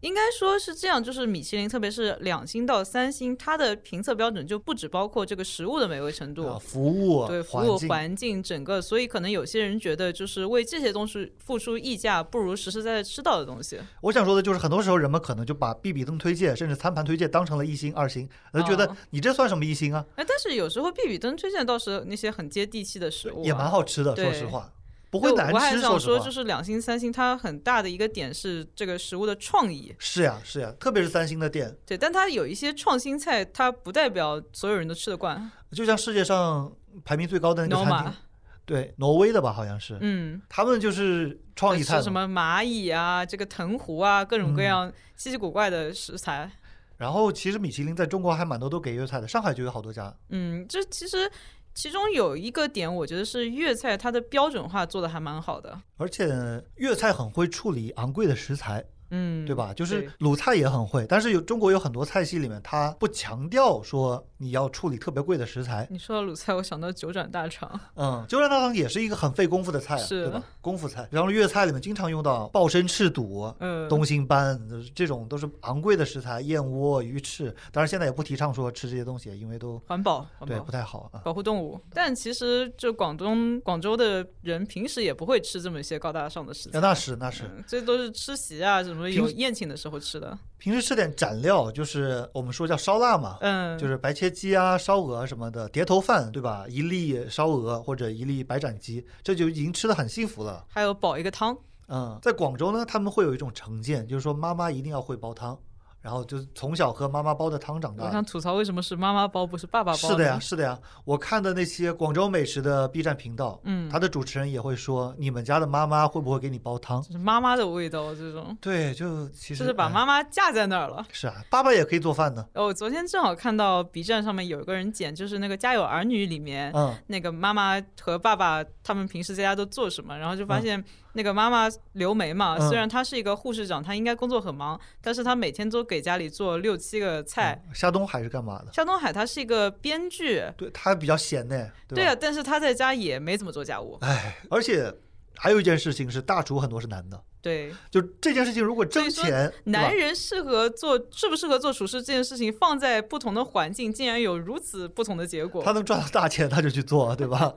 Speaker 1: 应该说是这样，就是米其林，特别是两星到三星，它的评测标准就不只包括这个食物的美味程度，
Speaker 2: 啊服务
Speaker 1: 对服
Speaker 2: 环
Speaker 1: 务
Speaker 2: 境
Speaker 1: 环境整个，所以可能有些人觉得就是为这些东西付出溢价，不如实实在在吃到的东西。
Speaker 2: 我想说的就是，很多时候人们可能就把必比登推荐，甚至餐盘推荐当成了一星、二星，就觉得
Speaker 1: 哦
Speaker 2: 你这算什么一星啊？
Speaker 1: 哎，但是有时候必比登推荐倒是那些很接地气的食物、啊，
Speaker 2: 也蛮好吃的，
Speaker 1: 对
Speaker 2: 说实话，不
Speaker 1: 不
Speaker 2: 会难
Speaker 1: 我还
Speaker 2: 吃。
Speaker 1: 想
Speaker 2: 实
Speaker 1: 说，
Speaker 2: 话
Speaker 1: 就，是两星三星，它很大的一个点是这个食物的创意。
Speaker 2: 是呀是呀，特别是三星的店，
Speaker 1: 对，但它有一些创新菜，它不代表所有人都吃得惯。
Speaker 2: 就像世界上排名最高的那
Speaker 1: no
Speaker 2: 个餐厅
Speaker 1: 嘛，，
Speaker 2: 对，挪威的吧，好像是，
Speaker 1: 嗯，
Speaker 2: 他们就是创意菜嗯
Speaker 1: 吃什
Speaker 2: 嘛。
Speaker 1: 么蚂蚁啊，这个藤壶啊，各种各样稀奇古怪的食材。
Speaker 2: 然后其实米其林在中国还蛮多都给粤菜的，上海就有好多家。
Speaker 1: 嗯，这其实其中有一个点，我觉得是粤菜它的标准化做的还蛮好的。
Speaker 2: 而且粤菜很会处理昂贵的食材，
Speaker 1: 嗯，
Speaker 2: 对吧？就是
Speaker 1: 对
Speaker 2: 鲁菜也很会，但是有中国有很多菜系里面，它不强调说你要处理特别贵的食材，
Speaker 1: 你说到鲁菜，我想到九转大肠。
Speaker 2: 嗯，九转大肠也是一个很费功夫的菜、啊，
Speaker 1: 是
Speaker 2: 对吧？功夫菜。然后粤菜里面经常用到鲍参翅肚、
Speaker 1: 嗯，
Speaker 2: 东星斑，就是这种都是昂贵的食材，燕窝、鱼翅。当然现在也不提倡说吃这些东西，因为都
Speaker 1: 环保，环
Speaker 2: 对
Speaker 1: 保
Speaker 2: 不。太好啊。
Speaker 1: 保护动物，但其实就广东广州的人平时也不会吃这么一些高大上的食
Speaker 2: 那
Speaker 1: 材，
Speaker 2: 那是那是，
Speaker 1: 嗯这都是吃席啊，什么
Speaker 2: 平
Speaker 1: 有
Speaker 2: 时
Speaker 1: 宴请的时候吃的。
Speaker 2: 平时吃点蘸料，就是我们说叫烧腊嘛，
Speaker 1: 嗯，
Speaker 2: 就是白切鸡啊、烧鹅什么的，碟头饭对吧？一粒烧鹅或者一粒白斩鸡，这就已经吃的很幸福了。
Speaker 1: 还有煲一个汤，
Speaker 2: 嗯，在广州呢，他们会有一种成见，就是说妈妈一定要会煲汤，然后就是从小喝妈妈煲的汤长
Speaker 1: 我
Speaker 2: 大
Speaker 1: 想。吐槽为什么是妈妈煲不是爸爸煲？
Speaker 2: 啊是的呀，，是的呀。我看的那些广州美食的 B 站频道，
Speaker 1: 嗯
Speaker 2: 他的主持人也会说，你们家的妈妈会不会给你煲汤？
Speaker 1: 就是妈妈的味道，啊这种
Speaker 2: 对，就其实
Speaker 1: 就是把
Speaker 2: 哎
Speaker 1: 妈妈架在那儿了。
Speaker 2: 是啊，爸爸也可以做饭的。
Speaker 1: 哦，我昨天正好看到 B 站上面有一个人剪，就是那个《家有儿女》里面。
Speaker 2: 嗯，
Speaker 1: 那个妈妈和爸爸他们平时在家都做什么，然后就发现那个妈妈刘梅嘛，
Speaker 2: 嗯
Speaker 1: 虽然她是一个护士长，她应该工作很忙，但是她每天都给家里做六七个菜。
Speaker 2: 嗯夏东海是干嘛的？
Speaker 1: 夏东海他是一个编剧，
Speaker 2: 对他比较闲呢，
Speaker 1: 对
Speaker 2: 吧？
Speaker 1: 啊，但是他在家也没怎么做家务。
Speaker 2: 哎，而且还有一件事情是，大厨很多是男的，
Speaker 1: 对，
Speaker 2: 就这件事情如果挣
Speaker 1: 所以说
Speaker 2: 钱，对吧
Speaker 1: 男人适合做适不适合做厨师这件事情，放在不同的环境，竟然有如此不同的结果
Speaker 2: 他。能赚到大钱，他就去做，对吧？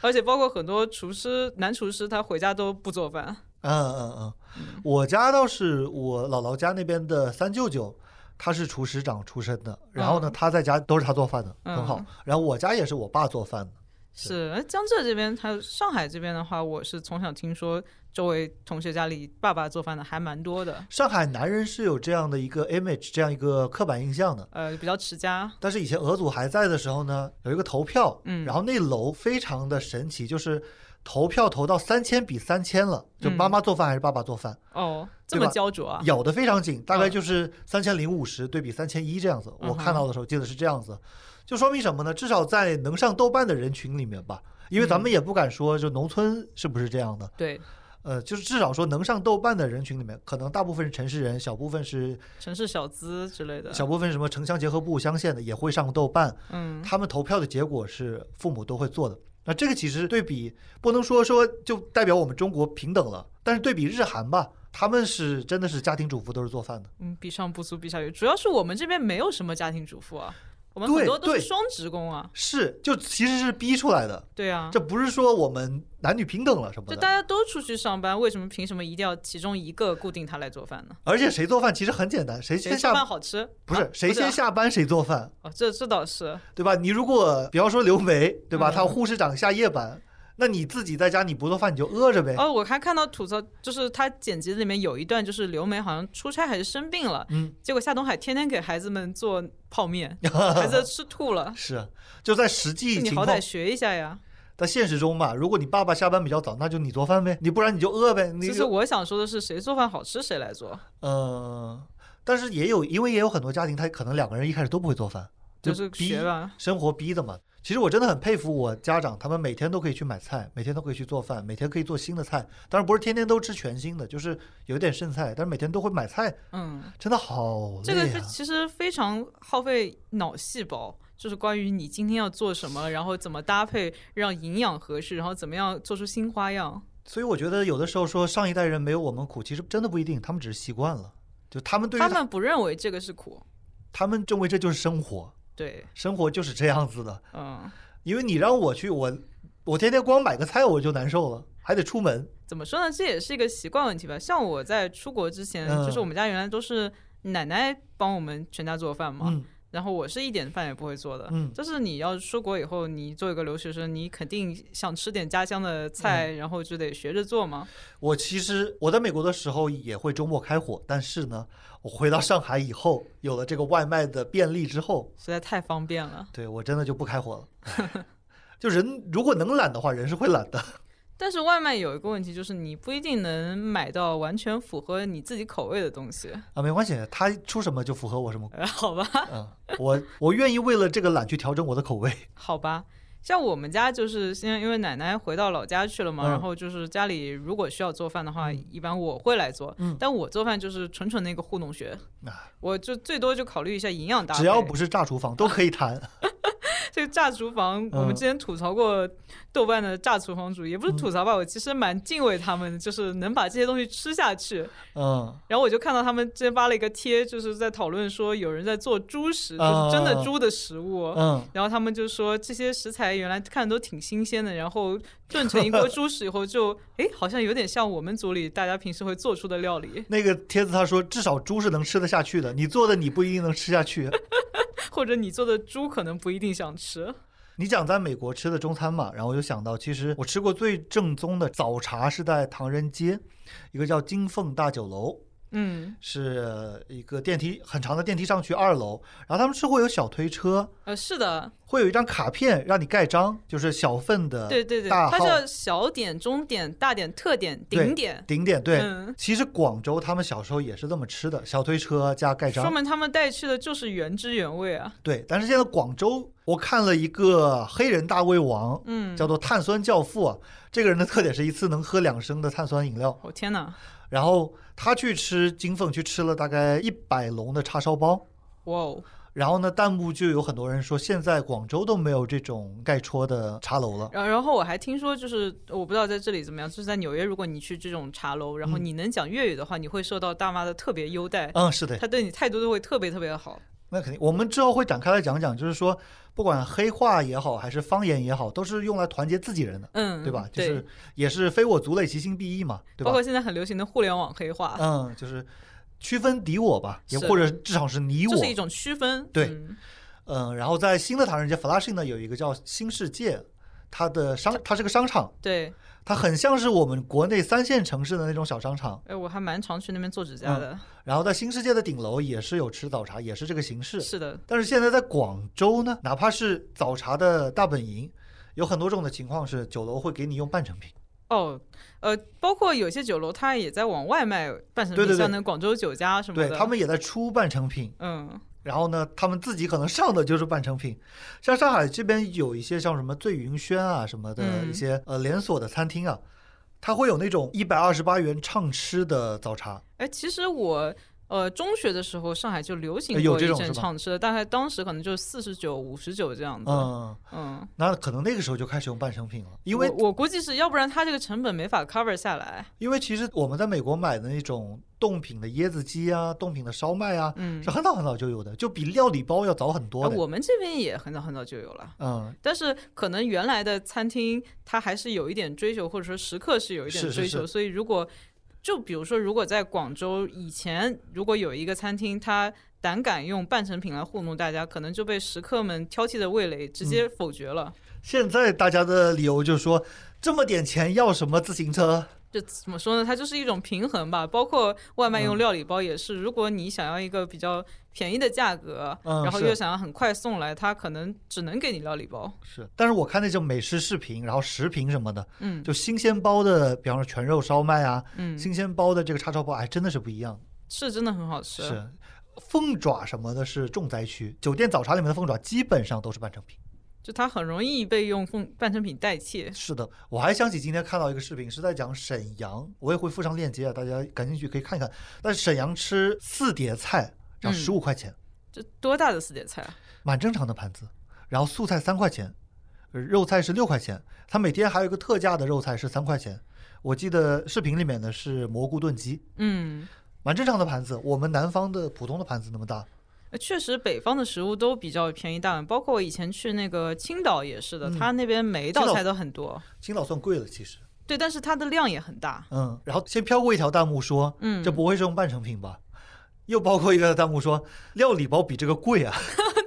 Speaker 1: 而且包括很多厨师，男厨师他回家都不做饭。
Speaker 2: 嗯嗯嗯，我家倒是我姥姥家那边的三舅舅，他是厨师长出身的，然后呢，他在家都是他做饭的，很好
Speaker 1: 嗯。
Speaker 2: 然后我家也是我爸做饭的，
Speaker 1: 是而江浙这边，还有上海这边的话，我是从小听说周围同学家里爸爸做饭的还蛮多的，
Speaker 2: 上海男人是有这样的一个 image，这样一个刻板印象的。
Speaker 1: 呃，比较持家。
Speaker 2: 但是以前俄组还在的时候呢，有一个投票，
Speaker 1: 嗯
Speaker 2: 然后那楼非常的神奇，就是投票投到三千比三千了，就
Speaker 1: 嗯
Speaker 2: 妈妈做饭还是爸爸做饭，
Speaker 1: 哦，这
Speaker 2: 对
Speaker 1: 么
Speaker 2: 吧
Speaker 1: 焦灼啊？
Speaker 2: 咬得非常紧，大概
Speaker 1: 嗯
Speaker 2: 就是三千零五十对比三千一这样子。
Speaker 1: 嗯
Speaker 2: 我
Speaker 1: 哼
Speaker 2: 看到的时候记得是这样子，就说明什么呢？至少在能上豆瓣的人群里面吧，因为咱们也不敢说就农村是不是这样的，
Speaker 1: 对，
Speaker 2: 呃，就是至少说能上豆瓣的人群里面，可能大部分是城市人，小部分是
Speaker 1: 城市小资之类的。
Speaker 2: 小部分什么城乡结合部、乡县的也会上豆瓣，
Speaker 1: 嗯，
Speaker 2: 他们投票的结果是父母都会做的。那这个其实对比不能说说就代表我们中国平等了，但是对比日韩吧，他们是真的是家庭主妇都是做饭的。
Speaker 1: 嗯，比上不足，比下有余。主要是我们这边没有什么家庭主妇啊，我们
Speaker 2: 对
Speaker 1: 很多都
Speaker 2: 对
Speaker 1: 是双职工啊。
Speaker 2: 是，就其实是逼出来的，
Speaker 1: 对啊，
Speaker 2: 这不是说我们男女平等了什么
Speaker 1: 就
Speaker 2: 的
Speaker 1: 大。家都出去上班，为什么凭什么一定要其中一个固定他来做饭呢？
Speaker 2: 而且谁做饭其实很简单，谁
Speaker 1: 谁
Speaker 2: 先
Speaker 1: 做
Speaker 2: 下
Speaker 1: 饭好吃？
Speaker 2: 不是
Speaker 1: 啊
Speaker 2: 谁先
Speaker 1: 啊
Speaker 2: 下班谁做饭，
Speaker 1: 哦，这这倒是，
Speaker 2: 对吧？你如果比方说刘梅，对吧？
Speaker 1: 嗯
Speaker 2: 她护士长下夜班，那你自己在家你不做饭你就饿着呗。
Speaker 1: 哦，我还看到吐槽，就是他剪辑里面有一段，就是刘梅好像出差还是生病了，
Speaker 2: 嗯，
Speaker 1: 结果夏东海天天给孩子们做泡 面，孩子吃吐了。
Speaker 2: 是，啊就在实际
Speaker 1: 你
Speaker 2: 情
Speaker 1: 好
Speaker 2: 况，
Speaker 1: 歹学一下呀！
Speaker 2: 在现实中吧，如果你爸爸下班比较早，那就你做饭呗，你不然你就饿呗。你
Speaker 1: 其实我想说的是，谁做饭好吃谁来做，
Speaker 2: 呃，但是也有，因为也有很多家庭，他可能两个人一开始都不会做饭，
Speaker 1: 就是
Speaker 2: 逼
Speaker 1: 学吧。
Speaker 2: 生活逼的嘛。其实我真的很佩服我家长，他们每天都可以去买菜，每天都可以去做饭，每天可以做新的菜。当然不是天天都吃全新的，就是有点剩菜，但是每天都会买菜，
Speaker 1: 嗯，
Speaker 2: 真的好
Speaker 1: 这个
Speaker 2: 累
Speaker 1: 是
Speaker 2: 啊！
Speaker 1: 其实非常耗费脑细胞，就是关于你今天要做什么，然后怎么搭配让营养合适，然后怎么样做出新花样。
Speaker 2: 所以我觉得有的时候说上一代人没有我们苦，其实真的不一定，他们只是习惯了，就他们对于
Speaker 1: 他
Speaker 2: 他
Speaker 1: 们不认为这个是苦，
Speaker 2: 他们认为这就是生活，
Speaker 1: 对，
Speaker 2: 生活就是这样子的。
Speaker 1: 嗯，
Speaker 2: 因为你让我去，我我天天光买个菜我就难受了，还得出门。
Speaker 1: 怎么说呢？这也是一个习惯问题吧。像我在出国之前，
Speaker 2: 嗯
Speaker 1: 就是我们家原来都是奶奶帮我们全家做饭嘛，
Speaker 2: 嗯，
Speaker 1: 然后我是一点饭也不会做的。
Speaker 2: 嗯
Speaker 1: 就是你要出国以后，你做一个留学生，你肯定想吃点家乡的
Speaker 2: 嗯
Speaker 1: 菜，然后就得学着做嘛。
Speaker 2: 我其实我在美国的时候也会周末开火，但是呢，我回到上海以后，有了这个外卖的便利之后，
Speaker 1: 实在太方便了。
Speaker 2: 对我真的就不开火了。 唉就人如果能懒的话，人是会懒的。
Speaker 1: 但是外卖有一个问题，就是你不一定能买到完全符合你自己口味的东西，
Speaker 2: 啊，没关系，他出什么就符合我什么。
Speaker 1: 呃好吧？
Speaker 2: 嗯，我我愿意为了这个懒去调整我的口味。
Speaker 1: 好吧。像我们家就是现在，因为奶奶回到老家去了嘛，
Speaker 2: 嗯
Speaker 1: 然后就是家里如果需要做饭的话，一般我会来做。
Speaker 2: 嗯
Speaker 1: 但我做饭就是纯纯的一个糊弄学，
Speaker 2: 啊，
Speaker 1: 我就最多就考虑一下营养搭配。
Speaker 2: 只要不是炸厨房都可以谈。
Speaker 1: 这个炸厨房，我
Speaker 2: 嗯
Speaker 1: 们之前吐槽过豆瓣的炸厨房主义，也不是吐槽吧，我其实蛮敬畏他们，就是能把这些东西吃下去。
Speaker 2: 嗯，
Speaker 1: 然后我就看到他们之前发了一个贴，就是在讨论说有人在做猪食，就
Speaker 2: 啊
Speaker 1: 是真的猪的食物。
Speaker 2: 嗯，
Speaker 1: 然后他们就说这些食材原来看着都挺新鲜的，然后炖成一锅猪食以后就，诶好像有点像我们组里大家平时会做出的料理，
Speaker 2: 那个帖子他说，至少猪是能吃得下去的，你做的你不一定能吃下去。
Speaker 1: 或者你做的猪可能不一定想吃。
Speaker 2: 你讲在美国吃的中餐嘛，然后我就想到，其实我吃过最正宗的早茶是在唐人街，一个叫金凤大酒楼。
Speaker 1: 嗯，
Speaker 2: 是一个电梯很长的电梯上去二楼，然后他们是会有小推车，
Speaker 1: 呃，是的，
Speaker 2: 会有一张卡片让你盖章，就是小份的
Speaker 1: 对对对，
Speaker 2: 呃大
Speaker 1: 它
Speaker 2: 号
Speaker 1: 叫小点、中点、大点、特点、
Speaker 2: 对
Speaker 1: 顶点。
Speaker 2: 顶点对。
Speaker 1: 嗯
Speaker 2: 其实广州他们小时候也是这么吃的，小推车加盖
Speaker 1: 说
Speaker 2: 章。
Speaker 1: 明他们带去的就是原汁原味啊。
Speaker 2: 对，但是现在广州，我看了一个黑人大胃王，
Speaker 1: 嗯，
Speaker 2: 叫做碳酸教父啊。这个人的特点是一次能喝两升的碳酸饮料，
Speaker 1: 我、天哪，
Speaker 2: 然后他去吃金凤，去吃了大概一百笼的叉烧包。
Speaker 1: 哇哦，
Speaker 2: 然后呢，弹幕就有很多人说，现在广州都没有这种盖戳的茶楼了。
Speaker 1: 然后然后我还听说，就是我不知道在这里怎么样，就是在纽约，如果你去这种茶楼，然后
Speaker 2: 嗯
Speaker 1: 你能讲粤语的话，你会受到大妈的特别优待，
Speaker 2: 嗯，是的，
Speaker 1: 她对你态度都会特别特别好。
Speaker 2: 那肯定。我们之后会展开来讲讲，就是说，不管黑话也好，还是方言也好，都是用来团结自己人的，
Speaker 1: 嗯，
Speaker 2: 对吧？就是也是非我族类，其心必异嘛，对
Speaker 1: 包
Speaker 2: 吧？
Speaker 1: 括现在很流行的互联网黑化，
Speaker 2: 嗯，就是区分敌我吧，也
Speaker 1: 是
Speaker 2: 或者至少是你我
Speaker 1: 这。是一种区分。
Speaker 2: 对
Speaker 1: 嗯
Speaker 2: 嗯，然后在新的唐人街 Flushing 呢，有一个叫新世界，它的商，它是个商场，
Speaker 1: 对，
Speaker 2: 它很像是我们国内三线城市的那种小商场。
Speaker 1: 哎，我还蛮常去那边做指
Speaker 2: 啊
Speaker 1: 甲的。
Speaker 2: 然后在新世界的顶楼也是有吃早茶，也是这个形式。
Speaker 1: 是的，
Speaker 2: 但是现在在广州呢，哪怕是早茶的大本营，有很多种的情况是酒楼会给你用半成品。
Speaker 1: 哦，呃，包括有些酒楼它也在往外卖半成
Speaker 2: 对对
Speaker 1: 品，
Speaker 2: 对
Speaker 1: 像那广州酒家什么
Speaker 2: 对
Speaker 1: 的。
Speaker 2: 他们也在出半成品，
Speaker 1: 嗯，
Speaker 2: 然后呢，他们自己可能上的就是半成品。像上海这边有一些像什么醉云轩啊什么的
Speaker 1: 嗯
Speaker 2: 一些、呃连锁的餐厅啊，它会有那种一百二十八元畅吃的早茶。
Speaker 1: 哎，其实我。呃，中学的时候上海就流行
Speaker 2: 呃有
Speaker 1: 过
Speaker 2: 这
Speaker 1: 一
Speaker 2: 种
Speaker 1: 阵
Speaker 2: 是吧
Speaker 1: 畅吃的，大概当时可能就四十九、五十九这样子。
Speaker 2: 嗯，
Speaker 1: 嗯，
Speaker 2: 那可能那个时候就开始用半成品了，因为
Speaker 1: 我我估计是要不然它这个成本没法 cover 下来。
Speaker 2: 因为其实我们在美国买的那种冻品的椰子鸡啊、冻品的烧麦啊，
Speaker 1: 嗯
Speaker 2: 是，很早很早就有的，就比料理包要早很多
Speaker 1: 啊
Speaker 2: 的。
Speaker 1: 我们这边也很早很早就有了。
Speaker 2: 嗯，
Speaker 1: 但是可能原来的餐厅它还是有一点追求，或者说食客是有一点
Speaker 2: 是是
Speaker 1: 追求，
Speaker 2: 是
Speaker 1: 所以如果就比如说，如果在广州以前，如果有一个餐厅它胆敢用半成品来糊弄大家，可能就被食客们挑剔的味蕾直接
Speaker 2: 嗯
Speaker 1: 否决了。
Speaker 2: 现在大家的理由就是说，这么点钱要什么自行车？
Speaker 1: 就怎么说呢？它就是一种平衡吧，包括外
Speaker 2: 嗯
Speaker 1: 卖用料理包也是。如果你想要一个比较便宜的价格，
Speaker 2: 嗯
Speaker 1: 然后
Speaker 2: 是
Speaker 1: 又想要很快送来，它可能只能给你料理包。
Speaker 2: 是，但是我看那种美食视频，然后食评什么的，
Speaker 1: 嗯
Speaker 2: 就新鲜包的，比方说全肉烧麦啊，
Speaker 1: 嗯，
Speaker 2: 新鲜包的这个叉烧包，哎，真的是不一样。
Speaker 1: 是真的很好吃。
Speaker 2: 是，凤爪什么的是重灾区，酒店早茶里面的凤爪基本上都是半成品。
Speaker 1: 就它很容易被用凤半成品代替。
Speaker 2: 是的，我还想起今天看到一个视频，是在讲沈阳，我也会附上链接啊，大家感兴趣可以看一看。但是沈阳吃四碟菜要
Speaker 1: 嗯
Speaker 2: 十五块钱，
Speaker 1: 这多大的四碟菜啊！
Speaker 2: 蛮正常的盘子，然后素菜三块钱，呃肉菜是六块钱，它每天还有一个特价的肉菜是三块钱。我记得视频里面的是蘑菇炖鸡，
Speaker 1: 嗯，
Speaker 2: 蛮正常的盘子，我们南方的普通的盘子那么大。
Speaker 1: 呃确实北方的食物都比较便宜大碗，包括我以前去那个青岛也是的，
Speaker 2: 嗯
Speaker 1: 它那边每一
Speaker 2: 青
Speaker 1: 道
Speaker 2: 岛
Speaker 1: 菜都很多，
Speaker 2: 青岛算贵了，其实，
Speaker 1: 对，但是它的量也很大。
Speaker 2: 嗯。然后先飘过一条弹幕说，
Speaker 1: 嗯，
Speaker 2: 这不会是用半成品吧？又包括一个弹幕说，料理包比这个贵啊。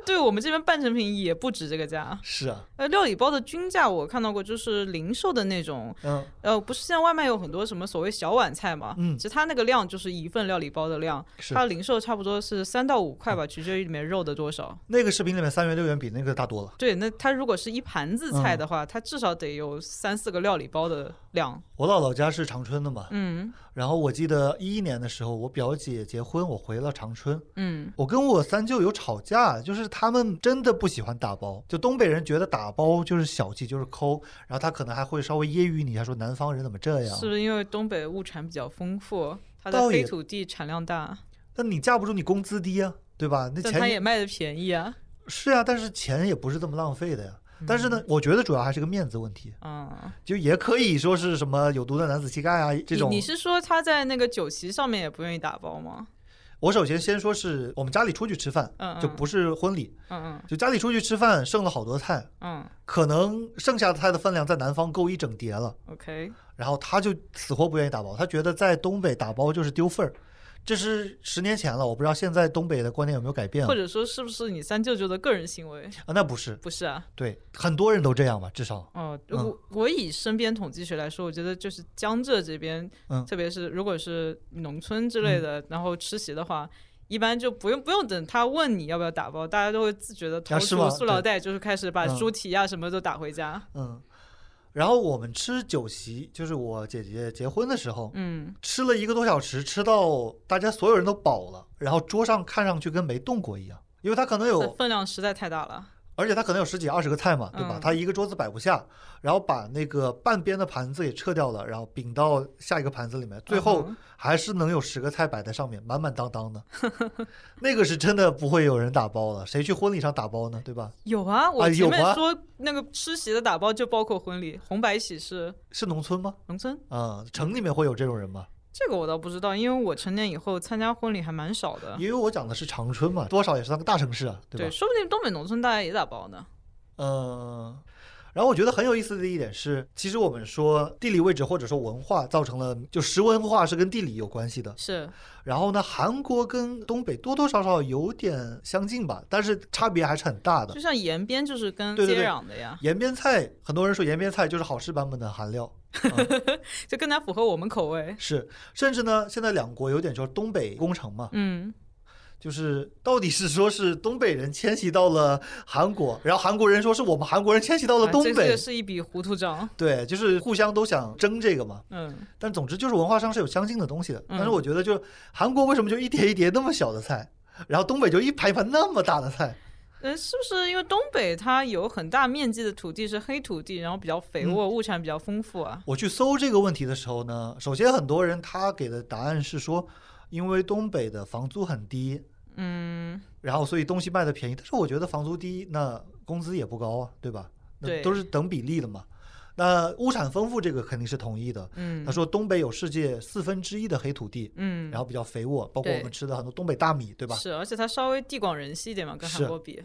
Speaker 1: 对我们这边半成品也不止这个价。
Speaker 2: 是啊，
Speaker 1: 呃，料理包的均价我看到过，就是零售的那种，
Speaker 2: 嗯。
Speaker 1: 呃，不是现在外卖有很多什么所谓小碗菜嘛，
Speaker 2: 嗯
Speaker 1: 其实它那个量就是一份料理包的量，
Speaker 2: 是
Speaker 1: 它零售差不多是三到五块吧，取决于里面肉的多少。
Speaker 2: 那个视频里面三元六元比那个大多了。
Speaker 1: 对，那它如果是一盘子菜
Speaker 2: 嗯
Speaker 1: 的话，它至少得有三四个料理包的量。
Speaker 2: 我姥姥家是长春的嘛，
Speaker 1: 嗯
Speaker 2: 然后我记得一一年的时候，我表姐结婚，我回了长春，
Speaker 1: 嗯，
Speaker 2: 我跟我三舅有吵架，就是他们真的不喜欢打包，就东北人觉得打包就是小气，就是抠，然后他可能还会稍微揶揄你一下，说南方人怎么这样
Speaker 1: 是。不是因为东北物产比较丰富，它的
Speaker 2: 倒
Speaker 1: 黑
Speaker 2: 也
Speaker 1: 土地产量大，
Speaker 2: 但你架不住你工资低啊，对吧？那
Speaker 1: 但它
Speaker 2: 钱
Speaker 1: 也卖的便宜啊？
Speaker 2: 是啊，但是钱也不是这么浪费的呀。但是呢，我觉得主要还是个面子问题，
Speaker 1: 嗯，
Speaker 2: 就也可以说是什么有毒的男子气概啊这种。
Speaker 1: 你你是说他在那个酒席上面也不愿意打包吗？
Speaker 2: 我首先先说是我们家里出去吃饭，
Speaker 1: 嗯
Speaker 2: 就不是婚礼，
Speaker 1: 嗯
Speaker 2: 就家里出去吃饭剩了好多菜，
Speaker 1: 嗯
Speaker 2: 可能剩下的菜的分量在南方够一整碟了。
Speaker 1: 嗯，OK，
Speaker 2: 然后他就死活不愿意打包，他觉得在东北打包就是丢份儿，这是十年前了，我不知道现在东北的观念有没有改变啊
Speaker 1: 或？者说是不是你三舅舅的个人行为？
Speaker 2: 啊，那不是，
Speaker 1: 不是啊，
Speaker 2: 对，很多人都这样吧，至少
Speaker 1: 哦，
Speaker 2: 嗯
Speaker 1: 我我以身边统计学来说，我觉得就是江浙这边，
Speaker 2: 嗯
Speaker 1: 特别是如果是农村之类的，然后吃席的话。一般就不用不用等他问你要不要打包，大家都会自觉的掏
Speaker 2: 啊是吗
Speaker 1: 出塑料
Speaker 2: 对
Speaker 1: 袋，就是开始把
Speaker 2: 嗯
Speaker 1: 猪蹄啊什么都打回家。
Speaker 2: 嗯。然后我们吃酒席，就是我姐姐结婚的时候，
Speaker 1: 嗯，
Speaker 2: 吃了一个多小时，吃到大家所有人都饱了，然后桌上看上去跟没动过一样，因为它可能
Speaker 1: 那
Speaker 2: 有
Speaker 1: 分量实在太大了。
Speaker 2: 而且它可能有十几二十个菜嘛，对吧
Speaker 1: 嗯？
Speaker 2: 它一个桌子摆不下，然后把那个半边的盘子也撤掉了，然后饼到下一个盘子里面，最后
Speaker 1: 嗯
Speaker 2: 还是能有十个菜摆在上面，满满当当的。 那个是真的不会有人打包了，谁去婚礼上打包呢？对吧？
Speaker 1: 有啊，我
Speaker 2: 啊
Speaker 1: 前
Speaker 2: 有
Speaker 1: 面
Speaker 2: 吗
Speaker 1: 说那个吃席的打包就包括婚礼，红白喜事、
Speaker 2: 是农村吗？
Speaker 1: 农村，
Speaker 2: 啊、城里面会有这种人吗？
Speaker 1: 这个我倒不知道，因为我成年以后参加婚礼还蛮少的。
Speaker 2: 因为我讲的是长春嘛，多少也是那个大城市啊，
Speaker 1: 对，
Speaker 2: 吧？
Speaker 1: 说不定东北农村大家也打包呢。
Speaker 2: 嗯，然后我觉得很有意思的一点是，其实我们说地理位置或者说文化造成了，就食文化是跟地理有关系的。
Speaker 1: 是，
Speaker 2: 然后呢，韩国跟东北多多少少有点相近吧，但是差别还是很大的
Speaker 1: 就。像延边就是跟
Speaker 2: 对对对
Speaker 1: 接壤的呀，
Speaker 2: 延边菜，很多人说延边菜就是好事版本的韩料，
Speaker 1: 就更加符合我们口味。
Speaker 2: 是，甚至呢，现在两国有点叫东北工程嘛，
Speaker 1: 嗯，
Speaker 2: 就是到底是说是东北人迁徙到了韩国，然后韩国人说是我们韩国人迁徙到了
Speaker 1: 啊
Speaker 2: 东
Speaker 1: 这这
Speaker 2: 北
Speaker 1: 个，是一笔糊涂账。
Speaker 2: 对，就是互相都想争这个嘛。
Speaker 1: 嗯，
Speaker 2: 但总之就是文化上是有相近的东西的。但是
Speaker 1: 嗯
Speaker 2: 我觉得就韩国为什么就一碟一碟那么小的菜，然后东北就一盘一盘那么大的菜？
Speaker 1: 呃，是不是因为东北它有很大面积的土地是黑土地，然后比较肥
Speaker 2: 嗯
Speaker 1: 沃，物产比较丰富啊？
Speaker 2: 我去搜这个问题的时候呢，首先很多人他给的答案是说，因为东北的房租很低，
Speaker 1: 嗯，
Speaker 2: 然后所以东西卖的便宜。但是我觉得房租低，那工资也不高啊，对吧？那
Speaker 1: 对
Speaker 2: 都是等比例的嘛。那物产丰富这个肯啊定是同意的。
Speaker 1: 嗯
Speaker 2: 他说东北有世界四分之一的黑土地，
Speaker 1: 嗯，
Speaker 2: 然后比较肥沃，包括我
Speaker 1: 对
Speaker 2: 们吃的很多东北大米，对吧？
Speaker 1: 是，而且它稍微地广人稀一点嘛，跟
Speaker 2: 是
Speaker 1: 韩国比。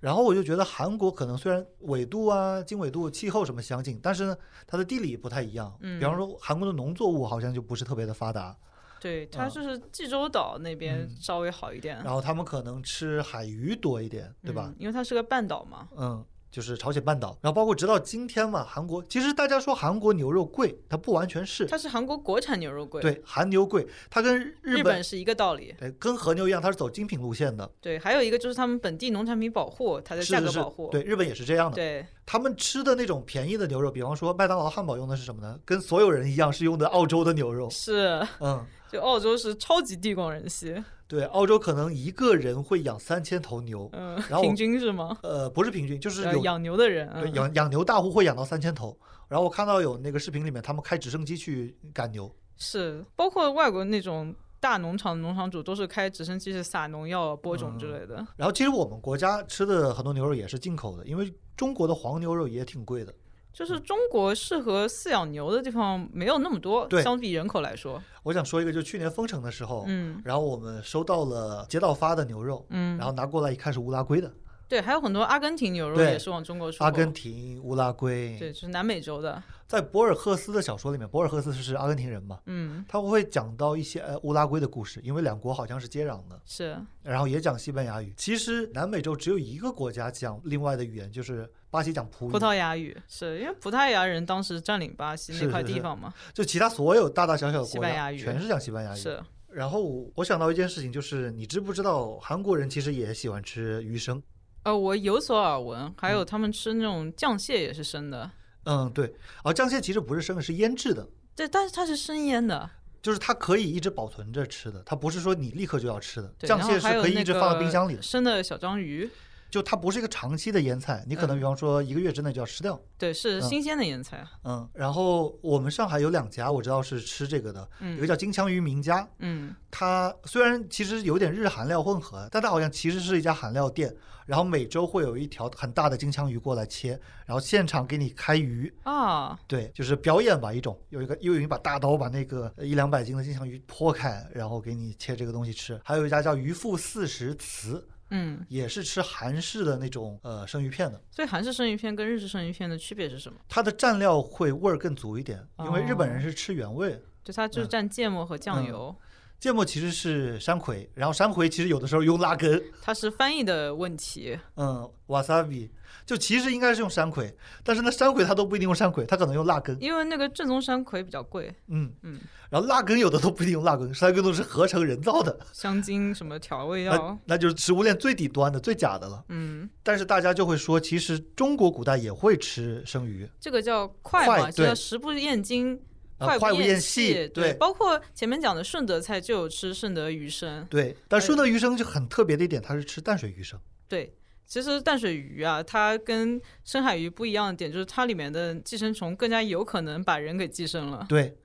Speaker 2: 然后我就觉得韩国可能虽然纬度啊、经纬度、气候什么相近，但是呢，它的地理不太一样。
Speaker 1: 嗯
Speaker 2: 比方说韩国的农作物好像就不是特别的发达，
Speaker 1: 对，它
Speaker 2: 啊
Speaker 1: 就是济州岛那边
Speaker 2: 嗯
Speaker 1: 稍微好一点，
Speaker 2: 然后他们可能吃海鱼多一点，对吧
Speaker 1: 嗯？？因为它是个半岛嘛。
Speaker 2: 嗯，就是朝鲜半岛。然后包括直到今天嘛，韩国其实大家说韩国牛肉贵，它不完全是，
Speaker 1: 它是韩国国产牛肉贵，
Speaker 2: 对，韩牛贵，它跟日
Speaker 1: 日
Speaker 2: 本
Speaker 1: 本是一个道理。
Speaker 2: 对跟和牛一样，它是走精品路线的，
Speaker 1: 对，还有一个就是他们本地农产品保护，它的
Speaker 2: 是
Speaker 1: 价格
Speaker 2: 是
Speaker 1: 保
Speaker 2: 是
Speaker 1: 护。，
Speaker 2: 对，日本也是这样的。
Speaker 1: 对
Speaker 2: 他们吃的那种便宜的牛肉，比方说麦当劳汉堡用的是什么呢？跟所有人一样是用的澳洲的牛肉，
Speaker 1: 是，
Speaker 2: 嗯。
Speaker 1: 就澳洲是超级地广人稀，
Speaker 2: 对，澳洲可能一个人会养三千头牛，
Speaker 1: 嗯
Speaker 2: 然后，我
Speaker 1: 平均是吗？
Speaker 2: 呃，不是平均，就是
Speaker 1: 呃
Speaker 2: 有
Speaker 1: 养牛的人，
Speaker 2: 对
Speaker 1: 嗯
Speaker 2: 养养牛大户会养到三千头。然后我看到有那个视频里面，他们开直升机去赶牛，
Speaker 1: 是，包括外国那种大农场，农场主都是开直升机去撒农药、播种之
Speaker 2: 嗯
Speaker 1: 类的。
Speaker 2: 然后其实我们国家吃的很多牛肉也是进口的，因为中国的黄牛肉也挺贵的。嗯
Speaker 1: 就是中国适合饲养牛的地方没有那么多
Speaker 2: 对，哦
Speaker 1: 相比人口来说，
Speaker 2: 我想说一个，就去年封城的时候，
Speaker 1: 嗯
Speaker 2: 然后我们收到了街道发的牛肉，
Speaker 1: 嗯，
Speaker 2: 然后拿过来一看是乌拉圭的，
Speaker 1: 对，还有很多阿根廷牛肉
Speaker 2: 对
Speaker 1: 也是往中国出口，
Speaker 2: 阿根廷、乌拉圭，
Speaker 1: 对，就是南美洲的，
Speaker 2: 在博尔赫斯的小说里面，博尔赫斯是阿根廷人嘛，
Speaker 1: 嗯，
Speaker 2: 他会讲到一些呃乌拉圭的故事，因为两国好像是接壤的，
Speaker 1: 是
Speaker 2: 然后也讲西班牙语。其实南美洲只有一个国家讲另外的语言，就是巴西讲葡语，
Speaker 1: 葡萄牙语，是因为葡萄牙人当时占领巴西
Speaker 2: 是
Speaker 1: 那块
Speaker 2: 是是
Speaker 1: 地方嘛，
Speaker 2: 就其他所有大大小小的
Speaker 1: 西
Speaker 2: 国
Speaker 1: 班
Speaker 2: 家
Speaker 1: 牙语
Speaker 2: 全是讲西班牙语。
Speaker 1: 是
Speaker 2: 然后我想到一件事情，就是你知不知道韩国人其实也喜欢吃鱼生？
Speaker 1: 呃，我有所耳闻，还有他们吃那种酱蟹也是生的，
Speaker 2: 嗯，对。啊，酱蟹其实不是生的，是腌制的，
Speaker 1: 对，但是它是生腌的，
Speaker 2: 就是它可以一直保存着吃的，它不是说你立刻就要吃的。
Speaker 1: 对，
Speaker 2: 酱蟹
Speaker 1: 然
Speaker 2: 是
Speaker 1: 后还有
Speaker 2: 可以
Speaker 1: 那
Speaker 2: 一直放在冰
Speaker 1: 个
Speaker 2: 箱里的，
Speaker 1: 生的小章鱼，
Speaker 2: 就它不是一个长期的腌菜，你可能
Speaker 1: 嗯
Speaker 2: 比方说一个月之内就要吃掉。
Speaker 1: 对，是
Speaker 2: 嗯
Speaker 1: 新鲜的腌菜，
Speaker 2: 嗯，然后我们上海有两家我知道是吃这个的，一
Speaker 1: 嗯
Speaker 2: 个叫金枪鱼名家，
Speaker 1: 嗯，
Speaker 2: 它虽然其实有点日韩料混合，但它好像其实是一家韩料店，然后每周会有一条很大的金枪鱼过来切，然后现场给你开鱼，
Speaker 1: 啊，
Speaker 2: 对，就是表演吧一种，有一个又有一把大刀把那个一两百斤的金枪鱼剖开，然后给你切这个东西吃。还有一家叫渔父四十祠，
Speaker 1: 嗯，
Speaker 2: 也是吃韩式的那种呃生鱼片的。
Speaker 1: 所以韩式生鱼片跟日式生鱼片的区别是什么？
Speaker 2: 它的蘸料会味儿更足一点，因为日本人
Speaker 1: 哦
Speaker 2: 是吃原味，
Speaker 1: 对，它就是
Speaker 2: 嗯
Speaker 1: 蘸芥末和酱
Speaker 2: 嗯
Speaker 1: 油，
Speaker 2: 芥末其实是山葵，然后山葵其实有的时候用拉根，
Speaker 1: 它是翻译的问题。
Speaker 2: 嗯，wasabi 就其实应该是用山葵，但是那山葵它都不一定用山葵，它可能用辣根，
Speaker 1: 因为那个正宗山葵比较贵，
Speaker 2: 嗯
Speaker 1: 嗯，
Speaker 2: 然后辣根有的都不一定用辣根，山根都是合成人造的，
Speaker 1: 香精什么调味
Speaker 2: 那
Speaker 1: 药，
Speaker 2: 那就是食物链最底端的最假的了。
Speaker 1: 嗯，
Speaker 2: 但是大家就会说，其实中国古代也会吃生鱼，
Speaker 1: 这个叫快
Speaker 2: 快
Speaker 1: 嘛，就叫
Speaker 2: 对
Speaker 1: 食不厌精，
Speaker 2: 呃
Speaker 1: 快
Speaker 2: 快不厌细
Speaker 1: 细。
Speaker 2: 对
Speaker 1: 包括前面讲的顺德菜就有吃顺德鱼生，
Speaker 2: 对，但
Speaker 1: 对嗯
Speaker 2: 顺德鱼生就很特别的一点，它是吃淡水鱼生，
Speaker 1: 对，其实淡水鱼啊，它跟深海鱼不一样的点就是它里面的寄生虫更加有可能把人给寄生了。
Speaker 2: 对，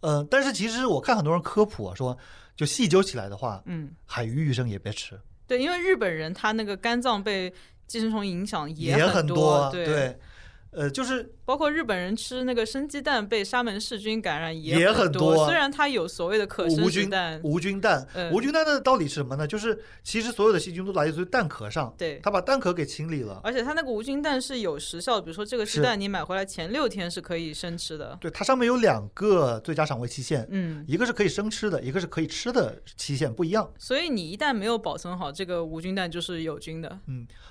Speaker 2: 呃，但是其实我看很多人科普啊，说就细究起来的话，
Speaker 1: 嗯，
Speaker 2: 海鱼鱼生也别吃，
Speaker 1: 对，因为日本人他那个肝脏被寄生虫影响
Speaker 2: 也
Speaker 1: 很
Speaker 2: 多啊，
Speaker 1: 对，
Speaker 2: 对，呃，就是
Speaker 1: 包括日本人吃那个生鸡蛋被沙门氏菌感染
Speaker 2: 也
Speaker 1: 很
Speaker 2: 很多
Speaker 1: 虽然它有所谓的可生
Speaker 2: 无
Speaker 1: 鸡
Speaker 2: 菌
Speaker 1: 蛋，
Speaker 2: 无菌蛋，
Speaker 1: 嗯
Speaker 2: 无菌蛋的道理是什么呢？就是其实所有的细菌都来自于蛋壳上，
Speaker 1: 对
Speaker 2: 它把蛋壳给清理了，
Speaker 1: 而且它那个无菌蛋是有时效的，比如说这个鸡
Speaker 2: 啊是
Speaker 1: 蛋你买回来前六天是可以生吃的。
Speaker 2: 对，它上面有两个最佳赏味期限，
Speaker 1: 嗯，
Speaker 2: 一个是可以生吃的，一个是可以吃的期限不一样。
Speaker 1: 所以你一旦没有保存好这个无菌蛋，就是有菌的。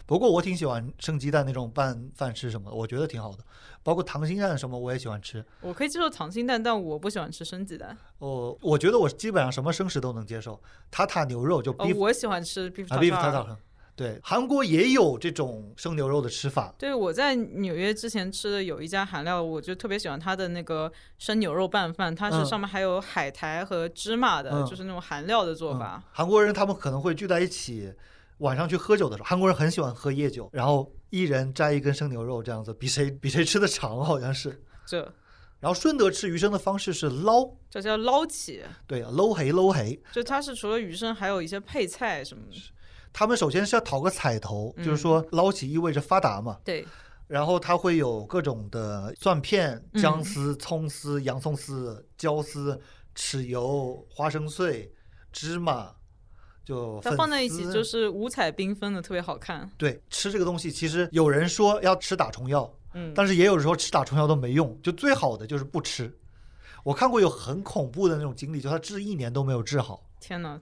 Speaker 2: 不过我挺喜欢生鸡蛋那种拌饭吃什么的，我觉得挺好的。包括溏心蛋什么我也喜欢吃。
Speaker 1: 我可以接受溏心蛋，但我不喜欢吃生鸡蛋。
Speaker 2: 哦，我觉得我基本上什么生食都能接受，塔塔牛肉就
Speaker 1: 哦，
Speaker 2: beef
Speaker 1: 我喜欢吃 beef
Speaker 2: 啊 beef
Speaker 1: tartar
Speaker 2: 对，韩国也有这种生牛肉的吃法，
Speaker 1: 对，我在纽约之前吃的有一家韩料，我就特别喜欢它的那个生牛肉拌饭，它是
Speaker 2: 嗯
Speaker 1: 上面还有海苔和芝麻的，
Speaker 2: 嗯
Speaker 1: 就是那种韩料的做法
Speaker 2: 嗯。韩国人他们可能会聚在一起，晚上去喝酒的时候，韩国人很喜欢喝夜酒，然后一人摘一根生牛肉这样子，比谁比谁吃的长，好像是。
Speaker 1: 这
Speaker 2: 然后顺德吃鱼生的方式是捞，
Speaker 1: 这叫捞起，
Speaker 2: 对，搂黑搂黑。
Speaker 1: 就它是除了鱼生，还有一些配菜什么的。
Speaker 2: 他们首先是要讨个彩头，就是
Speaker 1: 嗯
Speaker 2: 说捞起意味着发达嘛，
Speaker 1: 对，
Speaker 2: 然后它会有各种的蒜片、
Speaker 1: 嗯
Speaker 2: 姜丝、葱丝、洋葱丝、椒丝、豉油、花生碎、芝麻，就
Speaker 1: 它
Speaker 2: 粉
Speaker 1: 放在一起
Speaker 2: 丝
Speaker 1: 就是五彩缤纷的，特别好看。
Speaker 2: 对吃这个东西。其实有人说要吃打虫药，
Speaker 1: 嗯，
Speaker 2: 但是也有时候吃打虫药都没用，就最好的就是不吃。我看过有很恐怖的那种经历，就他治一年都没有治好。
Speaker 1: 天哪！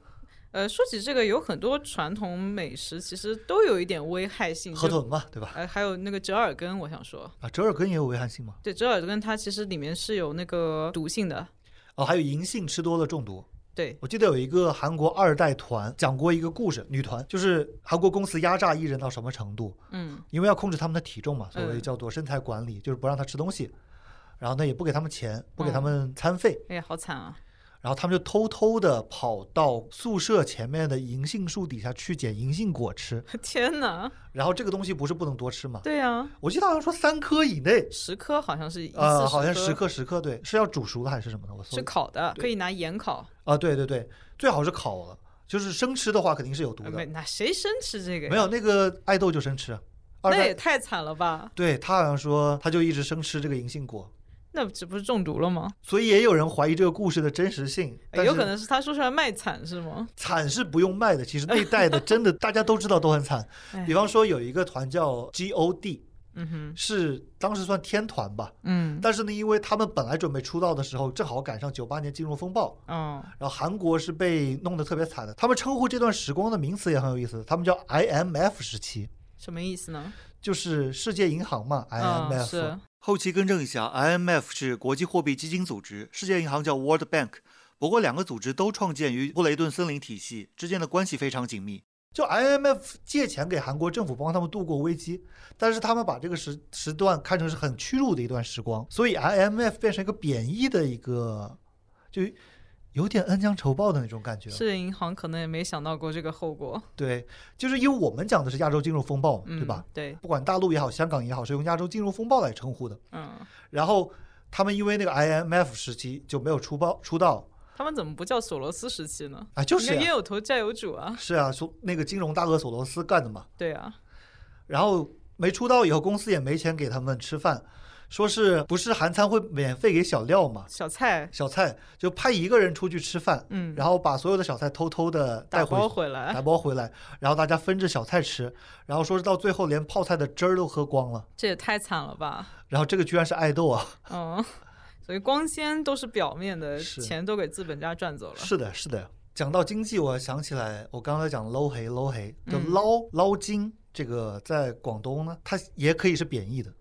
Speaker 1: 呃，说起这个，有很多传统美食其实都有一点危害性。
Speaker 2: 河
Speaker 1: 就
Speaker 2: 豚嘛，对吧？
Speaker 1: 呃，还有那个折耳根，我想说，
Speaker 2: 啊，折耳根也有危害性吗？
Speaker 1: 对，折耳根它其实里面是有那个毒性的。
Speaker 2: 哦，还有银杏吃多了中毒。
Speaker 1: 对，
Speaker 2: 我记得有一个韩国二代团讲过一个故事，女团就是韩国公司压榨艺人到什么程度，
Speaker 1: 嗯，
Speaker 2: 因为要控制他们的体重嘛，所谓
Speaker 1: 嗯
Speaker 2: 叫做身材管理，就是不让他吃东西，然后呢也不给他们钱，不给他们餐费，
Speaker 1: 哎呀，好惨啊！
Speaker 2: 然后他们就偷偷的跑到宿舍前面的银杏树底下去捡银杏果吃，
Speaker 1: 天哪，
Speaker 2: 然后这个东西不是不能多吃嘛，
Speaker 1: 对啊，
Speaker 2: 我记得好像说三颗以内，
Speaker 1: 十颗好像是一次
Speaker 2: 呃，好像十
Speaker 1: 10颗
Speaker 2: 克十克，对，是要煮熟的还是什么的？我搜
Speaker 1: 是烤的，可以拿盐烤。
Speaker 2: 啊，对对对，最好是烤了，就是生吃的话肯定是有毒
Speaker 1: 呃
Speaker 2: 的。
Speaker 1: 没，那谁生吃这个呀？
Speaker 2: 没有，那个爱豆就生吃，啊二
Speaker 1: 那也
Speaker 2: 代
Speaker 1: 太惨了吧？
Speaker 2: 对他好像说他就一直生吃这个银杏果，
Speaker 1: 那这不是中毒了吗？
Speaker 2: 所以也有人怀疑这个故事的真实性。
Speaker 1: 哎
Speaker 2: 但
Speaker 1: 有
Speaker 2: 是
Speaker 1: 可能是他说出来卖惨是吗？
Speaker 2: 惨是不用卖的，其实那一代 的真的大家都知道都很惨。
Speaker 1: 哎
Speaker 2: 比方说有一个团叫 G.O.D，
Speaker 1: 嗯哼，
Speaker 2: 是当时算天团吧，
Speaker 1: 嗯，
Speaker 2: 但是呢，因为他们本来准备出道的时候，正好赶上九八年金融风暴。
Speaker 1: 哦，
Speaker 2: 然后韩国是被弄得特别惨的，他们称呼这段时光的名词也很有意思，他们叫 IMF 时期，
Speaker 1: 什么意思呢？
Speaker 2: 就是世界银行嘛
Speaker 1: 嗯，
Speaker 2: ，IMF、
Speaker 1: 是，
Speaker 3: 后期更正一下，IMF 是国际货币基金组织，世界银行叫 World Bank。不过两个组织都创建于布雷顿森林体系，之间的关系非常紧密。
Speaker 2: 就 IMF 借钱给韩国政府帮他们度过危机，但是他们把这个时时段看成是很屈辱的一段时光，所以 IMF 变成一个贬义的一个，就有点恩将仇报的那种感觉。
Speaker 1: 世界银行可能也没想到过这个后果，
Speaker 2: 对，就是因为我们讲的是亚洲金融风暴嘛，
Speaker 1: 嗯，
Speaker 2: 对吧？？
Speaker 1: 对，
Speaker 2: 不管大陆也好，香港也好，是用亚洲金融风暴来称呼的。
Speaker 1: 嗯，
Speaker 2: 然后他们因为那个 IMF 时期就没有出报出道
Speaker 1: 他们怎么不叫索罗斯时期呢？
Speaker 2: 啊，就
Speaker 1: 应
Speaker 2: 是
Speaker 1: 该
Speaker 2: 呀
Speaker 1: 冤有头债有主啊，
Speaker 2: 是啊，说那个金融大鳄索罗斯干的嘛。
Speaker 1: 对啊，
Speaker 2: 然后没出道以后，公司也没钱给他们吃饭，说是不是韩餐会免费给小料嘛？
Speaker 1: 小菜，
Speaker 2: 小菜就派一个人出去吃饭，
Speaker 1: 嗯，
Speaker 2: 然后把所有的小菜偷偷的带
Speaker 1: 打
Speaker 2: 回
Speaker 1: 包
Speaker 2: 去，
Speaker 1: 回来
Speaker 2: 打，包回来，然后大家分着小菜吃，然后说是到最后连泡菜的汁儿都喝光了，
Speaker 1: 这也太惨了吧？
Speaker 2: 然后这个居然是爱豆啊，
Speaker 1: 嗯，所以光鲜都是表面的，
Speaker 2: 是
Speaker 1: 钱都给资本家赚走了。
Speaker 2: 是的，是的。讲到经济，我想起来，我刚才讲捞黑捞黑，就
Speaker 1: 嗯
Speaker 2: 捞、捞金，这个在广东呢，它也可以是贬义的，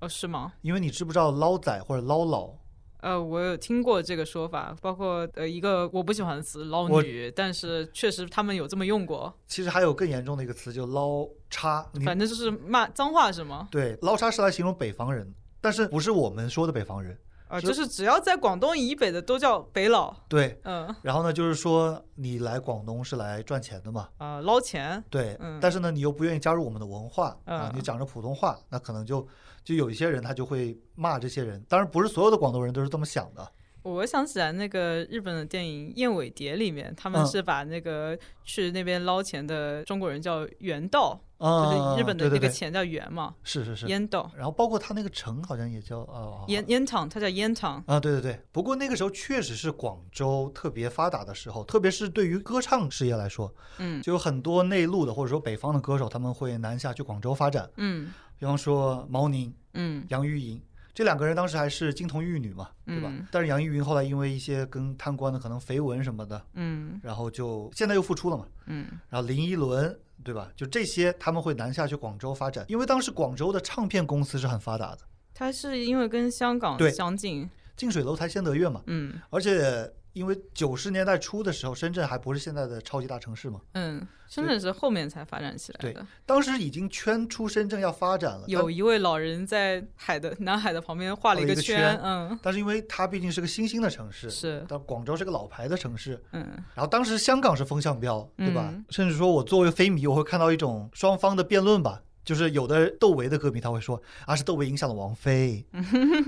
Speaker 1: 哦，是吗？
Speaker 2: 因为你知不知道捞仔或者捞佬？
Speaker 1: 呃，我有听过这个说法，包括呃一个我不喜欢的词“捞
Speaker 2: 我
Speaker 1: 女”，但是确实他们有这么用过，
Speaker 2: 其实还有更严重的一个词，就捞差。你
Speaker 1: 反正就是骂脏话是吗？
Speaker 2: 对，捞差是来形容北方人，但是不是我们说的北方人。
Speaker 1: 啊、
Speaker 2: 是
Speaker 1: 就是只要在广东以北的都叫北佬，
Speaker 2: 对，
Speaker 1: 嗯
Speaker 2: 然后呢，就是说你来广东是来赚钱的嘛，
Speaker 1: 呃捞钱，
Speaker 2: 对，
Speaker 1: 嗯
Speaker 2: 但是呢，你又不愿意加入我们的文化啊，
Speaker 1: 嗯
Speaker 2: 你讲着普通话，那可能就就有一些人他就会骂这些人。当然，不是所有的广东人都是这么想的。
Speaker 1: 我想起来那个日本的电影《燕尾蝶》里面，他们
Speaker 2: 嗯
Speaker 1: 是把那个去那边捞钱的中国人叫原道，
Speaker 2: 啊，
Speaker 1: 就是日本的
Speaker 2: 对
Speaker 1: 那
Speaker 2: 对
Speaker 1: 个
Speaker 2: 对
Speaker 1: 钱叫原嘛，
Speaker 2: 是是是。
Speaker 1: 烟道、
Speaker 2: 然后包括他那个城好像也叫哦，
Speaker 1: 烟烟厂，它叫烟厂。
Speaker 2: 啊，对对对。不过那个时候确实是广州特别发达的时候，特别是对于歌唱事业来说，
Speaker 1: 嗯
Speaker 2: 就有很多内陆的或者说北方的歌手，他们会南下去广州发展。
Speaker 1: 嗯
Speaker 2: 比方说毛宁、
Speaker 1: 嗯
Speaker 2: 杨钰莹这两个人当时还是金童玉女嘛，对吧？
Speaker 1: 嗯
Speaker 2: 但是杨钰莹后来因为一些跟贪官的可能绯闻什么的，
Speaker 1: 嗯
Speaker 2: 然后就现在又复出了嘛。
Speaker 1: 嗯
Speaker 2: 然后林依轮，对吧？就这些他们会南下去广州发展，因为当时广州的唱片公司是很发达的，
Speaker 1: 它是因为跟香港
Speaker 2: 对
Speaker 1: 相近，
Speaker 2: 近水楼台先得月嘛。
Speaker 1: 嗯
Speaker 2: 而且因为九十年代初的时候，深圳还不是现在的超级大城市嘛，
Speaker 1: 嗯，深圳是后面才发展起来
Speaker 2: 对
Speaker 1: 的。
Speaker 2: 当时已经圈出深圳要发展了。但
Speaker 1: 有一位老人在海的南海的旁边画了一
Speaker 2: 画了一
Speaker 1: 个
Speaker 2: 个
Speaker 1: 圈，
Speaker 2: 圈
Speaker 1: 嗯，
Speaker 2: 但是因为它毕竟是个新兴的城市，
Speaker 1: 是，
Speaker 2: 但广州是个老牌的城市，
Speaker 1: 嗯
Speaker 2: 然后当时香港是风向标，对吧？
Speaker 1: 嗯
Speaker 2: 甚至说我作为非迷，我会看到一种双方的辩论吧。就是有的窦唯的歌迷他会说啊是窦唯影响了王菲，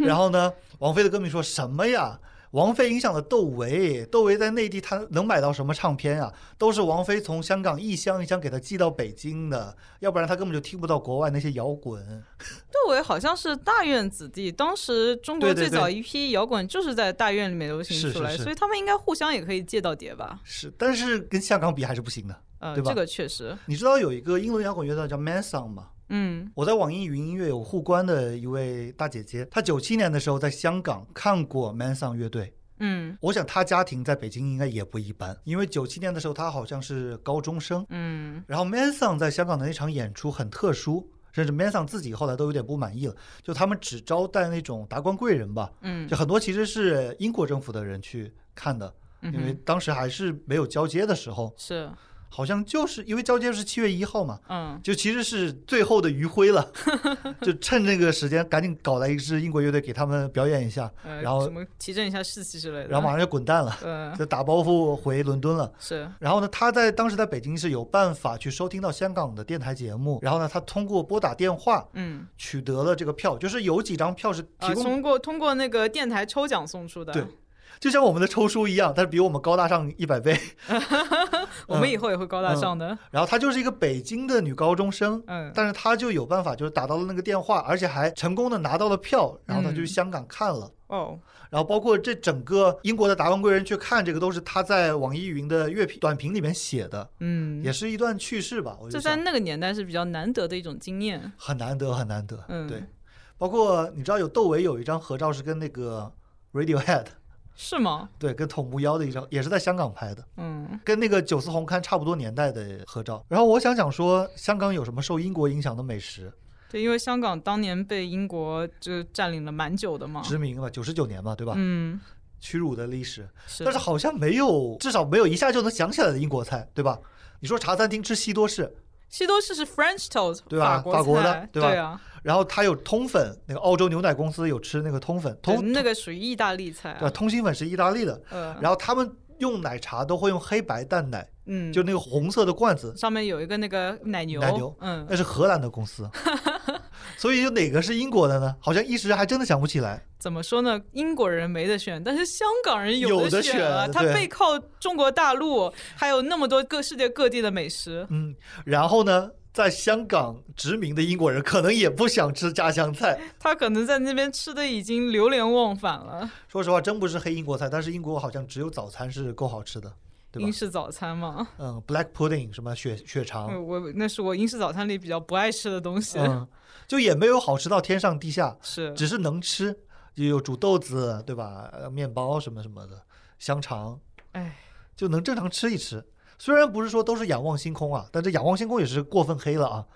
Speaker 2: 然后呢，王菲的歌迷说什么呀？王菲影响了窦唯，窦唯在内地他能买到什么唱片啊？都是王菲从香港一箱一箱给他寄到北京的，要不然他根本就听不到国外那些摇滚。
Speaker 1: 窦唯好像是大院子弟，当时中国
Speaker 2: 对对
Speaker 1: 最
Speaker 2: 对
Speaker 1: 早一批摇滚就是在大院里面流行
Speaker 2: 是
Speaker 1: 出
Speaker 2: 是
Speaker 1: 来，
Speaker 2: 是
Speaker 1: 所以他们应该互相也可以借到碟吧？
Speaker 2: 是，但是跟香港比还是不行的。
Speaker 1: 呃，
Speaker 2: 对吧
Speaker 1: 这个确实，
Speaker 2: 你知道有一个英伦摇滚乐团叫 Man Song 吗？
Speaker 1: 嗯
Speaker 2: 我在网易云音乐有互关的一位大姐姐，她九七年的时候在香港看过 Man Song 乐队。
Speaker 1: 嗯
Speaker 2: 我想她家庭在北京应该也不一般，因为九七年的时候她好像是高中生。
Speaker 1: 嗯
Speaker 2: 然后 Man Song 在香港的那场演出很特殊，甚至 Man Song 自己后来都有点不满意了，就他们只招待那种达官贵人吧，
Speaker 1: 嗯
Speaker 2: 就很多其实是英国政府的人去看的，
Speaker 1: 嗯
Speaker 2: 因为
Speaker 1: 哼
Speaker 2: 当时还是没有交接的时候，
Speaker 1: 是，
Speaker 2: 好像就是因为交接是七月一号嘛，
Speaker 1: 嗯
Speaker 2: 就其实是最后的余晖了， 就趁这个时间赶紧搞来一支英国乐队给他们表演一下，
Speaker 1: 呃，
Speaker 2: 然后
Speaker 1: 什么提振一下士气之类的，
Speaker 2: 然后马上就滚蛋了，
Speaker 1: 呃
Speaker 2: 就打包袱回伦敦了。
Speaker 1: 是
Speaker 2: 然后呢，他在当时在北京是有办法去收听到香港的电台节目，然后呢，他通过拨打电话
Speaker 1: 嗯
Speaker 2: 取得了这个票，就是有几张票是
Speaker 1: 啊，
Speaker 2: 提供，
Speaker 1: 通过通过那个电台抽奖送出的，
Speaker 2: 对嗯就像我们的抽书一样，但是比我们高大上一百倍。
Speaker 1: 我们以后也会高大上的，
Speaker 2: 然后她就是一个北京的女高中生，
Speaker 1: 嗯
Speaker 2: 但是她就有办法，就是打到了那个电话，而且还成功的拿到了票，然后她就去
Speaker 1: 嗯
Speaker 2: 香港看了。
Speaker 1: 哦
Speaker 2: 然后包括这整个英国的达官贵人去看这个，都是他在网易云的乐评短评里面写的，
Speaker 1: 嗯
Speaker 2: 也，是一段趣事吧。我
Speaker 1: 这
Speaker 2: 就
Speaker 1: 在
Speaker 2: 想
Speaker 1: 那个年代是比较难得的一种经验，
Speaker 2: 很难得，很难得。
Speaker 1: 嗯
Speaker 2: 对，包括你知道有窦唯有一张合照是跟那个 Radiohead，
Speaker 1: 是吗？
Speaker 2: 对，跟筒木幺的一张，也是在香港拍的，
Speaker 1: 嗯
Speaker 2: 跟那个九四红勘差不多年代的合照。然后我想讲说，香港有什么受英国影响的美食？，
Speaker 1: 对，因为香港当年被英国就占领了蛮久的嘛。
Speaker 2: 殖民嘛，九十九年嘛，对吧？
Speaker 1: 啊嗯，
Speaker 2: 屈辱的历史。
Speaker 1: 是。
Speaker 2: 但是好像没有，至少没有一下就能想起来的英国菜，对吧？你说茶餐厅吃西多士，
Speaker 1: 西多士是 French toast，
Speaker 2: 对吧
Speaker 1: 国
Speaker 2: 法国的
Speaker 1: 菜
Speaker 2: 对
Speaker 1: 对
Speaker 2: 吧
Speaker 1: 啊，
Speaker 2: 然后它有通粉，那个澳洲牛奶公司有吃那个通粉，
Speaker 1: 对
Speaker 2: 通
Speaker 1: 那个属于意大利菜、
Speaker 2: 对吧？
Speaker 1: 啊。
Speaker 2: 通心粉是意大利的，
Speaker 1: 呃，
Speaker 2: 然后他们用奶茶都会用黑白蛋奶，
Speaker 1: 嗯，
Speaker 2: 就那个红色的罐子，
Speaker 1: 上面有一个那个奶牛，
Speaker 2: 奶牛
Speaker 1: 嗯
Speaker 2: 那，是荷兰的 公司，所以就哪个是英国的呢？好像一时还真的想不起来。
Speaker 1: 怎么说呢？英国人没得选，但是香港人
Speaker 2: 有
Speaker 1: 的
Speaker 2: 的
Speaker 1: 选啊，
Speaker 2: 选
Speaker 1: 他
Speaker 2: 对
Speaker 1: 背靠中国大陆，还有那么多各世界各地的美食。
Speaker 2: 嗯，然后呢，在香港殖民的英国人可能也不想吃家乡菜。
Speaker 1: 他可能在那边吃的已经流连忘返了，
Speaker 2: 说实话，真不是黑英国菜，但是英国好像只有早餐是够好吃的，对吧
Speaker 1: 英？式早餐嘛。
Speaker 2: 嗯，black pudding 什么血血肠，嗯
Speaker 1: 嗯，我那是我英式早餐里比较不爱吃的东西，
Speaker 2: 嗯，就也没有好吃到天上地下。
Speaker 1: 是
Speaker 2: 只是能吃。又有煮豆子，对吧？呃面包什么什么的，香肠
Speaker 1: 哎，
Speaker 2: 就能正常吃一吃。虽然不是说都是仰望星空啊，但这仰望星空也是过分黑了啊。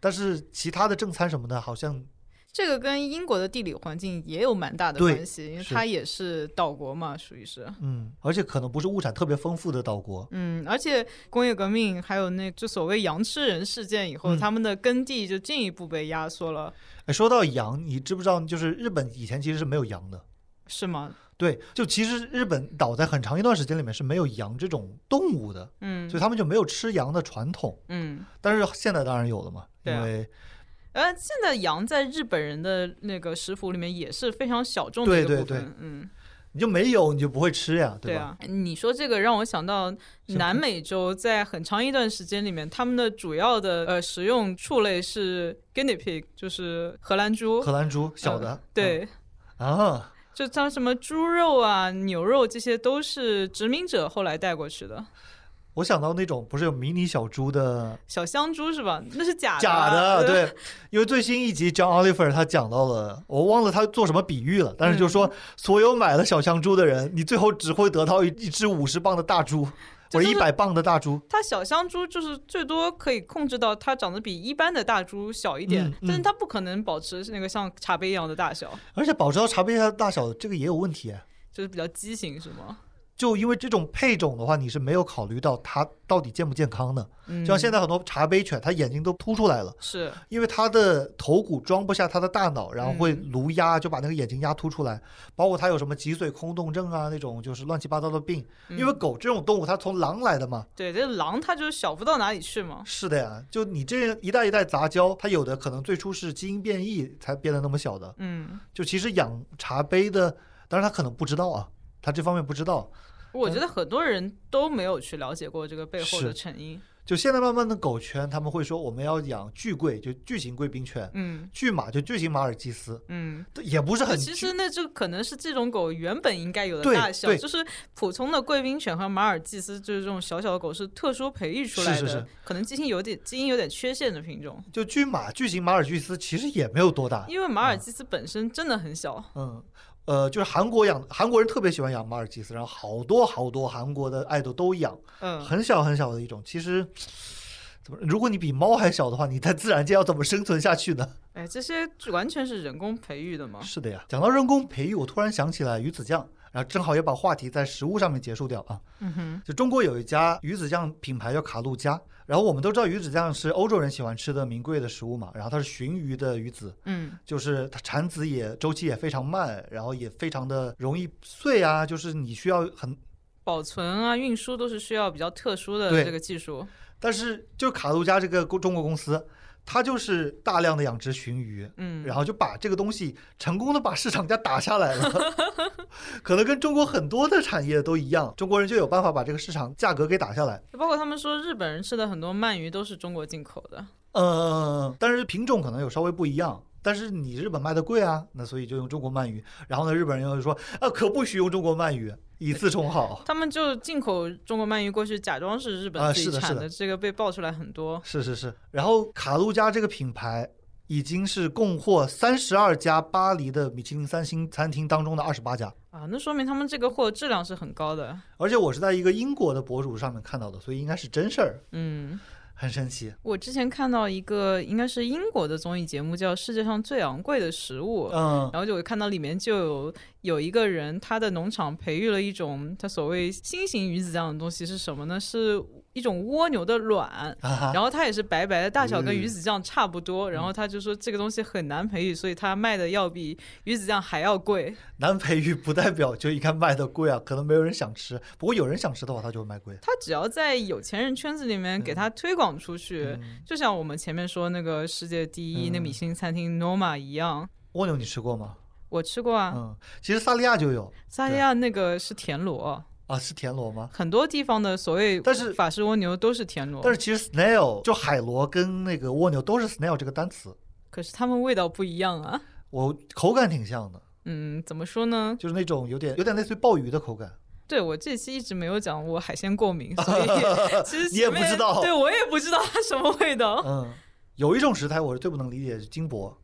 Speaker 2: 但是其他的正餐什么的，好像
Speaker 1: 这个跟英国的地理环境也有蛮大的
Speaker 2: 对
Speaker 1: 关系，因为
Speaker 2: 是
Speaker 1: 它也是岛国嘛，属于是。
Speaker 2: 嗯，而且可能不是物产特别丰富的岛国，
Speaker 1: 嗯，而且工业革命还有那就所谓羊吃人事件以后，
Speaker 2: 嗯
Speaker 1: 他们的耕地就进一步被压缩了，
Speaker 2: 哎，说到羊，你知不知道？就是日本以前其实是没有羊的。
Speaker 1: 是吗？
Speaker 2: 对，就其实日本岛在很长一段时间里面是没有羊这种动物的，
Speaker 1: 嗯
Speaker 2: 所以他们就没有吃羊的传统。
Speaker 1: 嗯，
Speaker 2: 但是现在当然有了嘛，
Speaker 1: 对
Speaker 2: 因
Speaker 1: 啊
Speaker 2: 为
Speaker 1: 呃，现在羊在日本人的那个食谱里面也是非常小众的
Speaker 2: 对
Speaker 1: 一个
Speaker 2: 对
Speaker 1: 部分。
Speaker 2: 对
Speaker 1: 嗯，
Speaker 2: 你就没有你就不会吃呀，
Speaker 1: 对
Speaker 2: 吧？
Speaker 1: 啊。你说这个让我想到南美洲，在很长一段时间里面，他们的主要的呃食用畜类是 guinea pig，就是荷兰猪。
Speaker 2: 荷兰猪小
Speaker 1: 呃
Speaker 2: 的，
Speaker 1: 对，
Speaker 2: 嗯啊，
Speaker 1: 就像什么猪肉啊、牛肉，这些都是殖民者后来带过去的。
Speaker 2: 我想到那种不是有迷你小猪的
Speaker 1: 小香猪是吧？那是假的
Speaker 2: 假的，
Speaker 1: 对，
Speaker 2: 对，因为最新一集 John Oliver 他讲到了，我忘了他做什么比喻了，但是就
Speaker 1: 嗯
Speaker 2: 说所有买了小香猪的人，你最后只会得到一一只五十磅的大猪，
Speaker 1: 这
Speaker 2: 我
Speaker 1: 就
Speaker 2: 一
Speaker 1: 是
Speaker 2: 百磅的大猪，
Speaker 1: 它小香猪就是最多可以控制到它长得比一般的大猪小一点，
Speaker 2: 嗯嗯
Speaker 1: 但是它不可能保持那个像茶杯一样的大小，
Speaker 2: 而且保持到茶杯它大小，这个也有问题。
Speaker 1: 就是比较畸形，是吗？
Speaker 2: 就因为这种配种的话，你是没有考虑到它到底健不健康的。
Speaker 1: 嗯，
Speaker 2: 就像现在很多茶杯犬，它眼睛都凸出来了，
Speaker 1: 是
Speaker 2: 因为它的头骨装不下它的大脑，然后会
Speaker 1: 嗯
Speaker 2: 颅压，就把那个眼睛压凸出来。包括它有什么脊髓空洞症啊那种，就是乱七八糟的病。因为狗这种动物，它从狼来的嘛。
Speaker 1: 嗯对，这狼它就是小不到哪里去嘛。
Speaker 2: 是的呀，就你这一代一代杂交，它有的可能最初是基因变异才变得那么小的。
Speaker 1: 嗯，
Speaker 2: 就其实养茶杯的，当然它可能不知道啊，它这方面不知道。
Speaker 1: 我觉得很多人都没有去了解过这个背后的
Speaker 2: 嗯是
Speaker 1: 成因。
Speaker 2: 就现在慢慢的狗圈，他们会说我们要养巨贵，就巨型贵宾犬；
Speaker 1: 嗯
Speaker 2: 巨马就巨型马尔济斯，
Speaker 1: 嗯，
Speaker 2: 也不是很
Speaker 1: 其
Speaker 2: 巨
Speaker 1: 实那就可能是这种狗原本应该有的
Speaker 2: 对
Speaker 1: 大小，
Speaker 2: 对
Speaker 1: 就是普通的贵宾犬和马尔济斯，就是这种小小的狗是特殊培育出来的，
Speaker 2: 是是是
Speaker 1: 可能基因有点基因有点缺陷的品种。
Speaker 2: 就巨马、巨型马尔济斯其实也没有多大。
Speaker 1: 因为马尔济斯本身真的很小，
Speaker 2: 嗯，呃，就是韩国养韩国人特别喜欢养马尔济斯，然后好多好多韩国的爱豆都养，
Speaker 1: 嗯，
Speaker 2: 很小很小的一种。其实怎么，如果你比猫还小的话，你在自然界要怎么生存下去呢？
Speaker 1: 哎，这些完全是人工培育的嘛。
Speaker 2: 是的呀。讲到人工培育，我突然想起来鱼子酱，然后正好也把话题在食物上面结束掉啊。
Speaker 1: 嗯哼，
Speaker 2: 就中国有一家鱼子酱品牌叫卡路加，然后我们都知道鱼子酱是欧洲人喜欢吃的名贵的食物嘛，然后它是鲟鱼的鱼子，
Speaker 1: 嗯
Speaker 2: 就是它产子也周期也非常慢，然后也非常的容易碎啊，就是你需要很，
Speaker 1: 保存啊、运输都是需要比较特殊的
Speaker 2: 对
Speaker 1: 这个技术。
Speaker 2: 但是就卡路加这个公中国公司，它就是大量的养殖鲟鱼。
Speaker 1: 嗯，
Speaker 2: 然后就把这个东西成功的把市场价打下来了， 可能跟中国很多的产业都一样，中国人就有办法把这个市场价格给打下来。
Speaker 1: 包括他们说日本人吃的很多鳗鱼都是中国进口的。
Speaker 2: 呃，但是品种可能有稍微不一样。但是你日本卖的贵啊，那所以就用中国鳗鱼。然后呢，日本人又说啊，可不许用中国鳗鱼，以次充好。
Speaker 1: 他们就进口中国鳗鱼过去，假装是日
Speaker 2: 啊
Speaker 1: 本自
Speaker 2: 是
Speaker 1: 己
Speaker 2: 的
Speaker 1: 产
Speaker 2: 是的
Speaker 1: 这个被爆出来很多。
Speaker 2: 是是是。然后卡路加这个品牌已经是供货三十二家巴黎的米其林三星餐厅当中的二十八家。
Speaker 1: 啊，那说明他们这个货质量是很高的。
Speaker 2: 而且我是在一个英国的博主上面看到的，所以应该是真事儿，
Speaker 1: 嗯，
Speaker 2: 很神奇。
Speaker 1: 我之前看到一个应该是英国的综艺节目，叫《世界上最昂贵的食物》。
Speaker 2: 嗯，
Speaker 1: 然后就我看到里面就有有一个人，他的农场培育了一种他所谓新型鱼子酱的东西是什么呢？是一种蜗牛的卵，
Speaker 2: 啊哈，
Speaker 1: 然后它也是白白的，大小跟鱼
Speaker 3: 嗯
Speaker 1: 子酱差不多。然后他就说这个东西很难培育，所以它卖的要比鱼子酱还要贵。
Speaker 2: 难培育不代表就应该卖的贵啊，可能没有人想吃。不过有人想吃的话，它就会卖贵。
Speaker 1: 他只要在有钱人圈子里面给他推广出去，
Speaker 2: 嗯
Speaker 1: 就像我们前面说那个世界第一、
Speaker 2: 嗯
Speaker 1: 那米其林餐厅 Noma 一样，
Speaker 2: 蜗牛你吃过吗？
Speaker 1: 我吃过啊。
Speaker 2: 嗯，其实萨利亚就有
Speaker 1: 萨利亚那个是田螺，
Speaker 2: 啊，是田螺吗？
Speaker 1: 很多地方的所谓
Speaker 2: 但是
Speaker 1: 法式蜗牛都是田螺，
Speaker 2: 但是其实 snail 就海螺跟那个蜗牛都是 snail 这个单词，
Speaker 1: 可是它们味道不一样啊。
Speaker 2: 我口感挺像的，
Speaker 1: 嗯，怎么说呢？
Speaker 2: 就是那种有点有点类似于鲍鱼的口感。
Speaker 1: 对我这期一直没有讲我海鲜过 敏，所以其实
Speaker 2: 你也
Speaker 1: 前面
Speaker 2: 不知道
Speaker 1: 对我也不知道它什么味道。
Speaker 2: 嗯，有一种食材我是最不能理解，是金箔。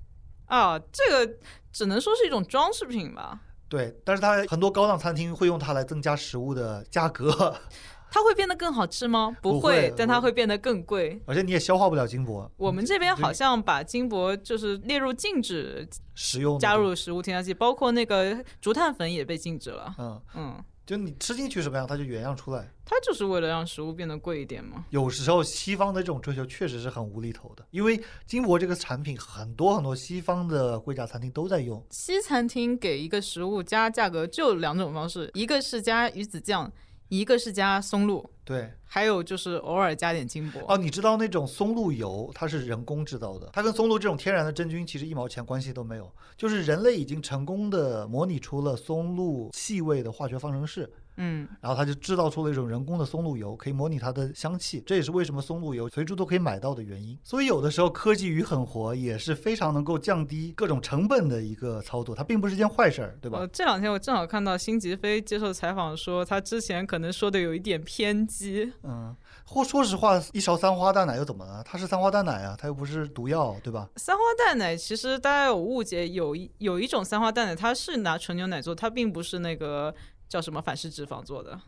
Speaker 1: 啊，这个只能说是一种装饰品吧。
Speaker 2: 对，但是它很多高档餐厅会用它来增加食物的价格，
Speaker 1: 它会变得更好吃吗？
Speaker 2: 不
Speaker 1: 会
Speaker 2: 会，
Speaker 1: 但它
Speaker 2: 我
Speaker 1: 会变得更贵。
Speaker 2: 而且你也消化不了金箔
Speaker 1: 我们这边
Speaker 2: 对哦
Speaker 1: 好像把金箔就是列入禁止
Speaker 2: 食用的
Speaker 1: 加
Speaker 2: 东
Speaker 1: 入食物添加剂，包括那个竹炭粉也被禁止了。
Speaker 2: 嗯，
Speaker 1: 嗯，
Speaker 2: 就你吃进去什么样，它就原样出来。
Speaker 1: 它就是为了让食物变得贵一点嘛。
Speaker 2: 有时候西方的这种追求确实是很无厘头的，因为金箔这个产品很多很多西方的贵价餐厅都在用，
Speaker 1: 西餐厅给一个食物加价格就两种方式，一个是加鱼子酱，一个是加松露，
Speaker 2: 对，
Speaker 1: 还有就是偶尔加点金箔。
Speaker 2: 哦，你知道那种松露油，它是人工制造的，它跟松露这种天然的真菌其实一毛钱关系都没有。就是人类已经成功的模拟出了松露气味的化学方程式，
Speaker 1: 嗯，
Speaker 2: 然后它就制造出了一种人工的松露油，可以模拟它的香气。这也是为什么松露油随处都可以买到的原因。所以有的时候科技与狠活也是非常能够降低各种成本的一个操作，它并不是件坏事儿，对吧
Speaker 1: 呃，？这两天我正好看到辛吉飞接受采访说，他之前可能说的有一点偏激，
Speaker 2: 嗯，或说实话，一勺三花淡奶又怎么了？它是三花淡奶啊，它又不是毒药，对吧？
Speaker 1: 三花淡奶其实大家有误解，有一有一种三花淡奶，它是拿纯牛奶做，它并不是那个叫什么反式脂肪做的。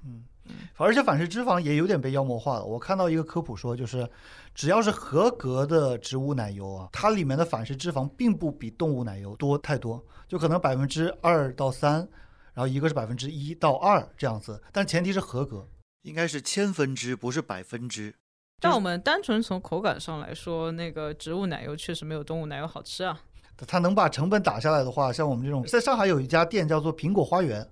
Speaker 2: 而且反式脂肪也有点被妖魔化了。我看到一个科普说，就是只要是合格的植物奶油啊，它里面的反式脂肪并不比动物奶油多太多，就可能百分之二到三，然后一个是百分之一到二这样子，但前提是合格。
Speaker 3: 应该是千分之，不是百分之。
Speaker 1: 但我们单纯从口感上来说，那个植物奶油确实没有动物奶油好吃啊。
Speaker 2: 它能把成本打下来的话，像我们这种，在上海有一家店叫做苹果花园，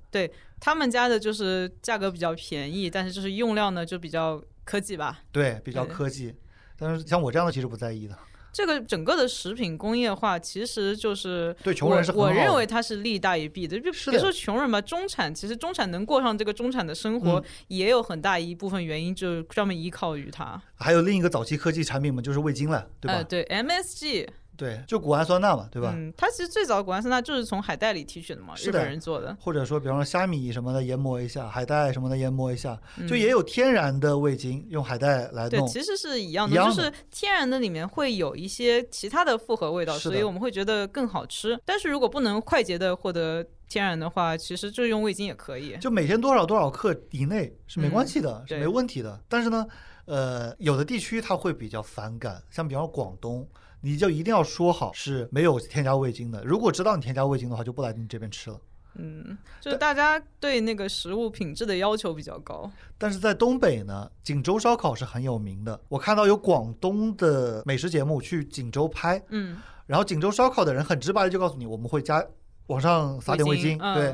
Speaker 1: 他们家的就是价格比较便宜，但是就是用料呢就比较科技吧。
Speaker 2: 对，比较
Speaker 1: 对
Speaker 2: 科技。但是像我这样的其实不在意的，
Speaker 1: 这个整个的食品工业化其实就是
Speaker 2: 对穷人是很
Speaker 1: 我
Speaker 2: 好
Speaker 1: 我
Speaker 2: 的
Speaker 1: 认为它是利大于弊的。就是别
Speaker 2: 的
Speaker 1: 说穷人吧，中产其实中产能过上这个中产的生
Speaker 2: 嗯
Speaker 1: 活，也有很大一部分原因就是专门依靠于它。
Speaker 2: 还有另一个早期科技产品嘛，就是味精了，对吧？
Speaker 1: 呃、对 MSG，
Speaker 2: 对，就谷氨酸钠嘛，对吧？
Speaker 1: 嗯，它其实最早谷氨酸钠就是从海带里提取的嘛，
Speaker 2: 是
Speaker 1: 日
Speaker 2: 的
Speaker 1: 本人做的。
Speaker 2: 或者说，比方说虾米什么的研磨一下，海带什么的研磨一下，就
Speaker 1: 嗯
Speaker 2: 也有天然的味精，用海带来
Speaker 1: 对，
Speaker 2: 弄。
Speaker 1: 其实是一样的，
Speaker 2: 一样
Speaker 1: 就
Speaker 2: 的
Speaker 1: 是天然的里面会有一些其他的复合味道，
Speaker 2: 是的
Speaker 1: 所以我们会觉得更好吃。但是如果不能快捷的获得天然的话，其实就用味精也可以。
Speaker 2: 就每天多少多少克以内是没
Speaker 1: 嗯
Speaker 2: 关系的，是
Speaker 1: 对
Speaker 2: 没问题的。但是呢，呃，有的地区它会比较反感，像比方说广东，你就一定要说好是没有添加味精的。如果知道你添加味精的话，就不来你这边吃了。
Speaker 1: 嗯，就是大家对那个食物品质的要求比较高。
Speaker 2: 但是在东北呢，锦州烧烤是很有名的。我看到有广东的美食节目去锦州拍，
Speaker 1: 嗯，
Speaker 2: 然后锦州烧烤的人很直白的就告诉你，我们会加往上撒点
Speaker 1: 味
Speaker 2: 味精，
Speaker 1: 精嗯
Speaker 2: 对。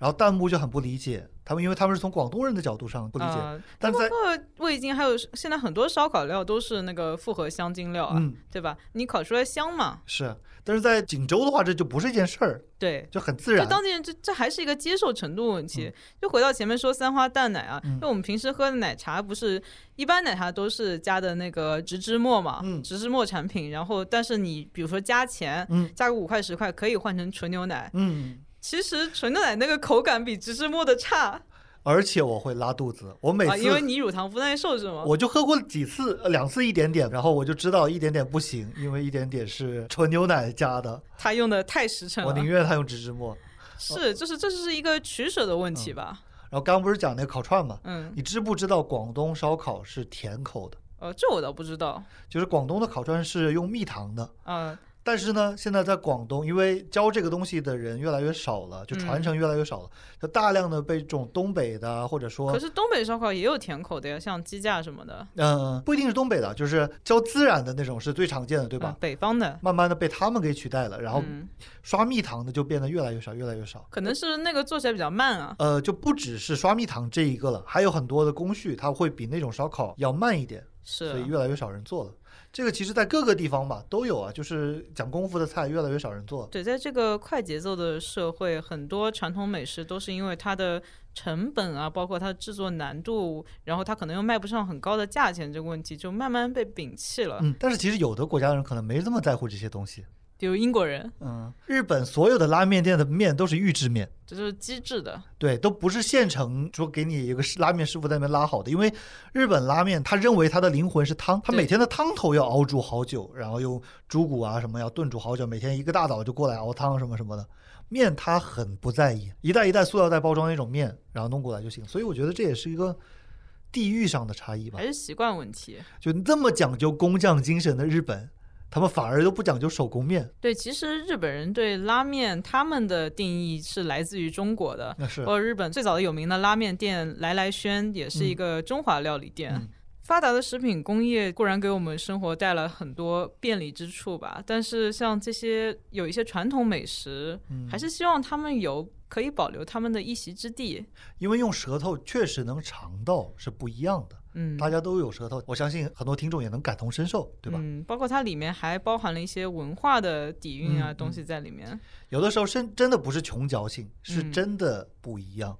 Speaker 2: 然后弹幕就很不理解，他们因为他们是从广东人的角度上不理解，
Speaker 1: 呃
Speaker 2: 但是在
Speaker 1: 包括味精，还有现在很多烧烤料都是那个复合香精料啊，
Speaker 2: 嗯
Speaker 1: 对吧？你烤出来香嘛，
Speaker 2: 是，但是在锦州的话，这就不是一件事儿，
Speaker 1: 对。
Speaker 2: 就很自
Speaker 1: 就
Speaker 2: 然。
Speaker 1: 当地人，这这还是一个接受程度问题。就回到前面说三花淡奶啊，
Speaker 2: 嗯
Speaker 1: 就我们平时喝的奶茶，不是一般奶茶都是加的那个植脂末嘛，
Speaker 2: 嗯
Speaker 1: 植脂末产品。然后，但是你比如说加钱，
Speaker 2: 嗯
Speaker 1: 加个五块十块，可以换成纯牛奶。
Speaker 2: 嗯，
Speaker 1: 其实纯牛奶那个口感比植脂末的差，
Speaker 2: 而且我会拉肚子，我每
Speaker 1: 啊，因为
Speaker 2: 次
Speaker 1: 你乳糖不耐受是吗？
Speaker 2: 我就喝过几次，呃两次一点点，然后我就知道一点点不行，因为一点点是纯牛奶加的，
Speaker 1: 他用的太实诚
Speaker 2: 我宁
Speaker 1: 了，
Speaker 2: 愿他用植脂末。
Speaker 1: 是，就是这是一个取舍的问题
Speaker 2: 嗯
Speaker 1: 吧？
Speaker 2: 然后刚不是讲那个烤串嘛，
Speaker 1: 嗯，
Speaker 2: 你知不知道广东烧烤是甜口的？
Speaker 1: 呃，这我倒不知道，
Speaker 2: 就是广东的烤串是用蜜糖的，
Speaker 1: 嗯
Speaker 2: 但是呢，现在在广东，因为教这个东西的人越来越少了，
Speaker 1: 嗯
Speaker 2: 就传承越来越少了，就大量的被这种东北的啊，或者说
Speaker 1: 可，是东北烧烤也有甜口的呀，像鸡架什么的，
Speaker 2: 嗯、不一定是东北的，就是教孜然的那种是最常见的，对
Speaker 1: 对
Speaker 2: 吧？
Speaker 1: 嗯北方的，
Speaker 2: 慢慢的被他们给取代了，然后
Speaker 1: 嗯，
Speaker 2: 刷蜜糖的就变得越来越少，越来越少。
Speaker 1: 可能是那个做起来比较慢啊。
Speaker 2: 呃，就不只是刷蜜糖这一个了，还有很多的工序，它会比那种烧烤要慢一点，所以
Speaker 1: 是，啊
Speaker 2: 越来越少人做了。这个其实在各个地方吧都有啊，就是讲功夫的菜越来越少人做了。
Speaker 1: 对，在这个快节奏的社会，很多传统美食都是因为它的成本啊，包括它的制作难度，然后它可能又卖不上很高的价钱，这个问题就慢慢被摒弃了。
Speaker 2: 嗯嗯，但是其实有的国家人可能没这么在乎这些东西，
Speaker 1: 比如英国人，
Speaker 2: 嗯，日本所有的拉面店的面都是预制面，
Speaker 1: 这就是机制的。
Speaker 2: 对，都不是现成说给你一个拉面师傅在那边拉好的，因为日本拉面他认为他的灵魂是汤，他
Speaker 1: 对
Speaker 2: 每天的汤头要熬煮好久，然后用猪骨啊什么要炖煮好久，每天一个大早就过来熬汤什么什么的。面他很不在意，一袋一袋塑料袋包装那种面，然后弄过来就行。所以我觉得这也是一个地域上的差异吧
Speaker 1: 还。是习惯问题。
Speaker 2: 就这么讲究工匠精神的日本，他们反而都不讲究手工面，
Speaker 1: 对，其实日本人对拉面他们的定义是来自于中国的，
Speaker 2: 那是
Speaker 1: 包括日本最早的有名的拉面店来来轩也是一
Speaker 2: 嗯
Speaker 1: 个中华料理店。
Speaker 2: 嗯
Speaker 1: 发达的食品工业固然给我们生活带来很多便利之处吧，但是像这些有一些传统美食，
Speaker 2: 嗯
Speaker 1: 还是希望他们有可以保留他们的一席之地。
Speaker 2: 因为用舌头确实能尝到是不一样的。
Speaker 1: 嗯，
Speaker 2: 大家都有舌头，我相信很多听众也能感同身受，对吧？
Speaker 1: 嗯，包括它里面还包含了一些文化的底蕴啊、
Speaker 2: 嗯
Speaker 1: 东西在里面。
Speaker 2: 有的时候真真的不是穷矫情，是
Speaker 1: 嗯
Speaker 2: 真的不一样。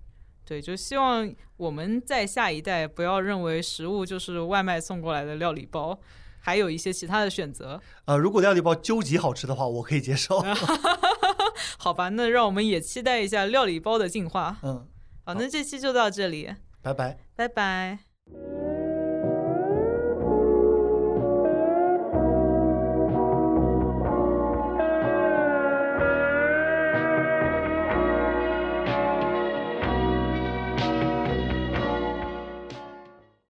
Speaker 1: 对，就希望我们在下一代不要认为食物就是外卖送过来的料理包，还有一些其他的选择。
Speaker 2: 呃，如果料理包究极好吃的话，我可以接受。
Speaker 1: 啊好吧，那让我们也期待一下料理包的进化。
Speaker 2: 嗯，
Speaker 1: 好，那这期就到这里，
Speaker 2: 拜拜。
Speaker 1: 拜拜。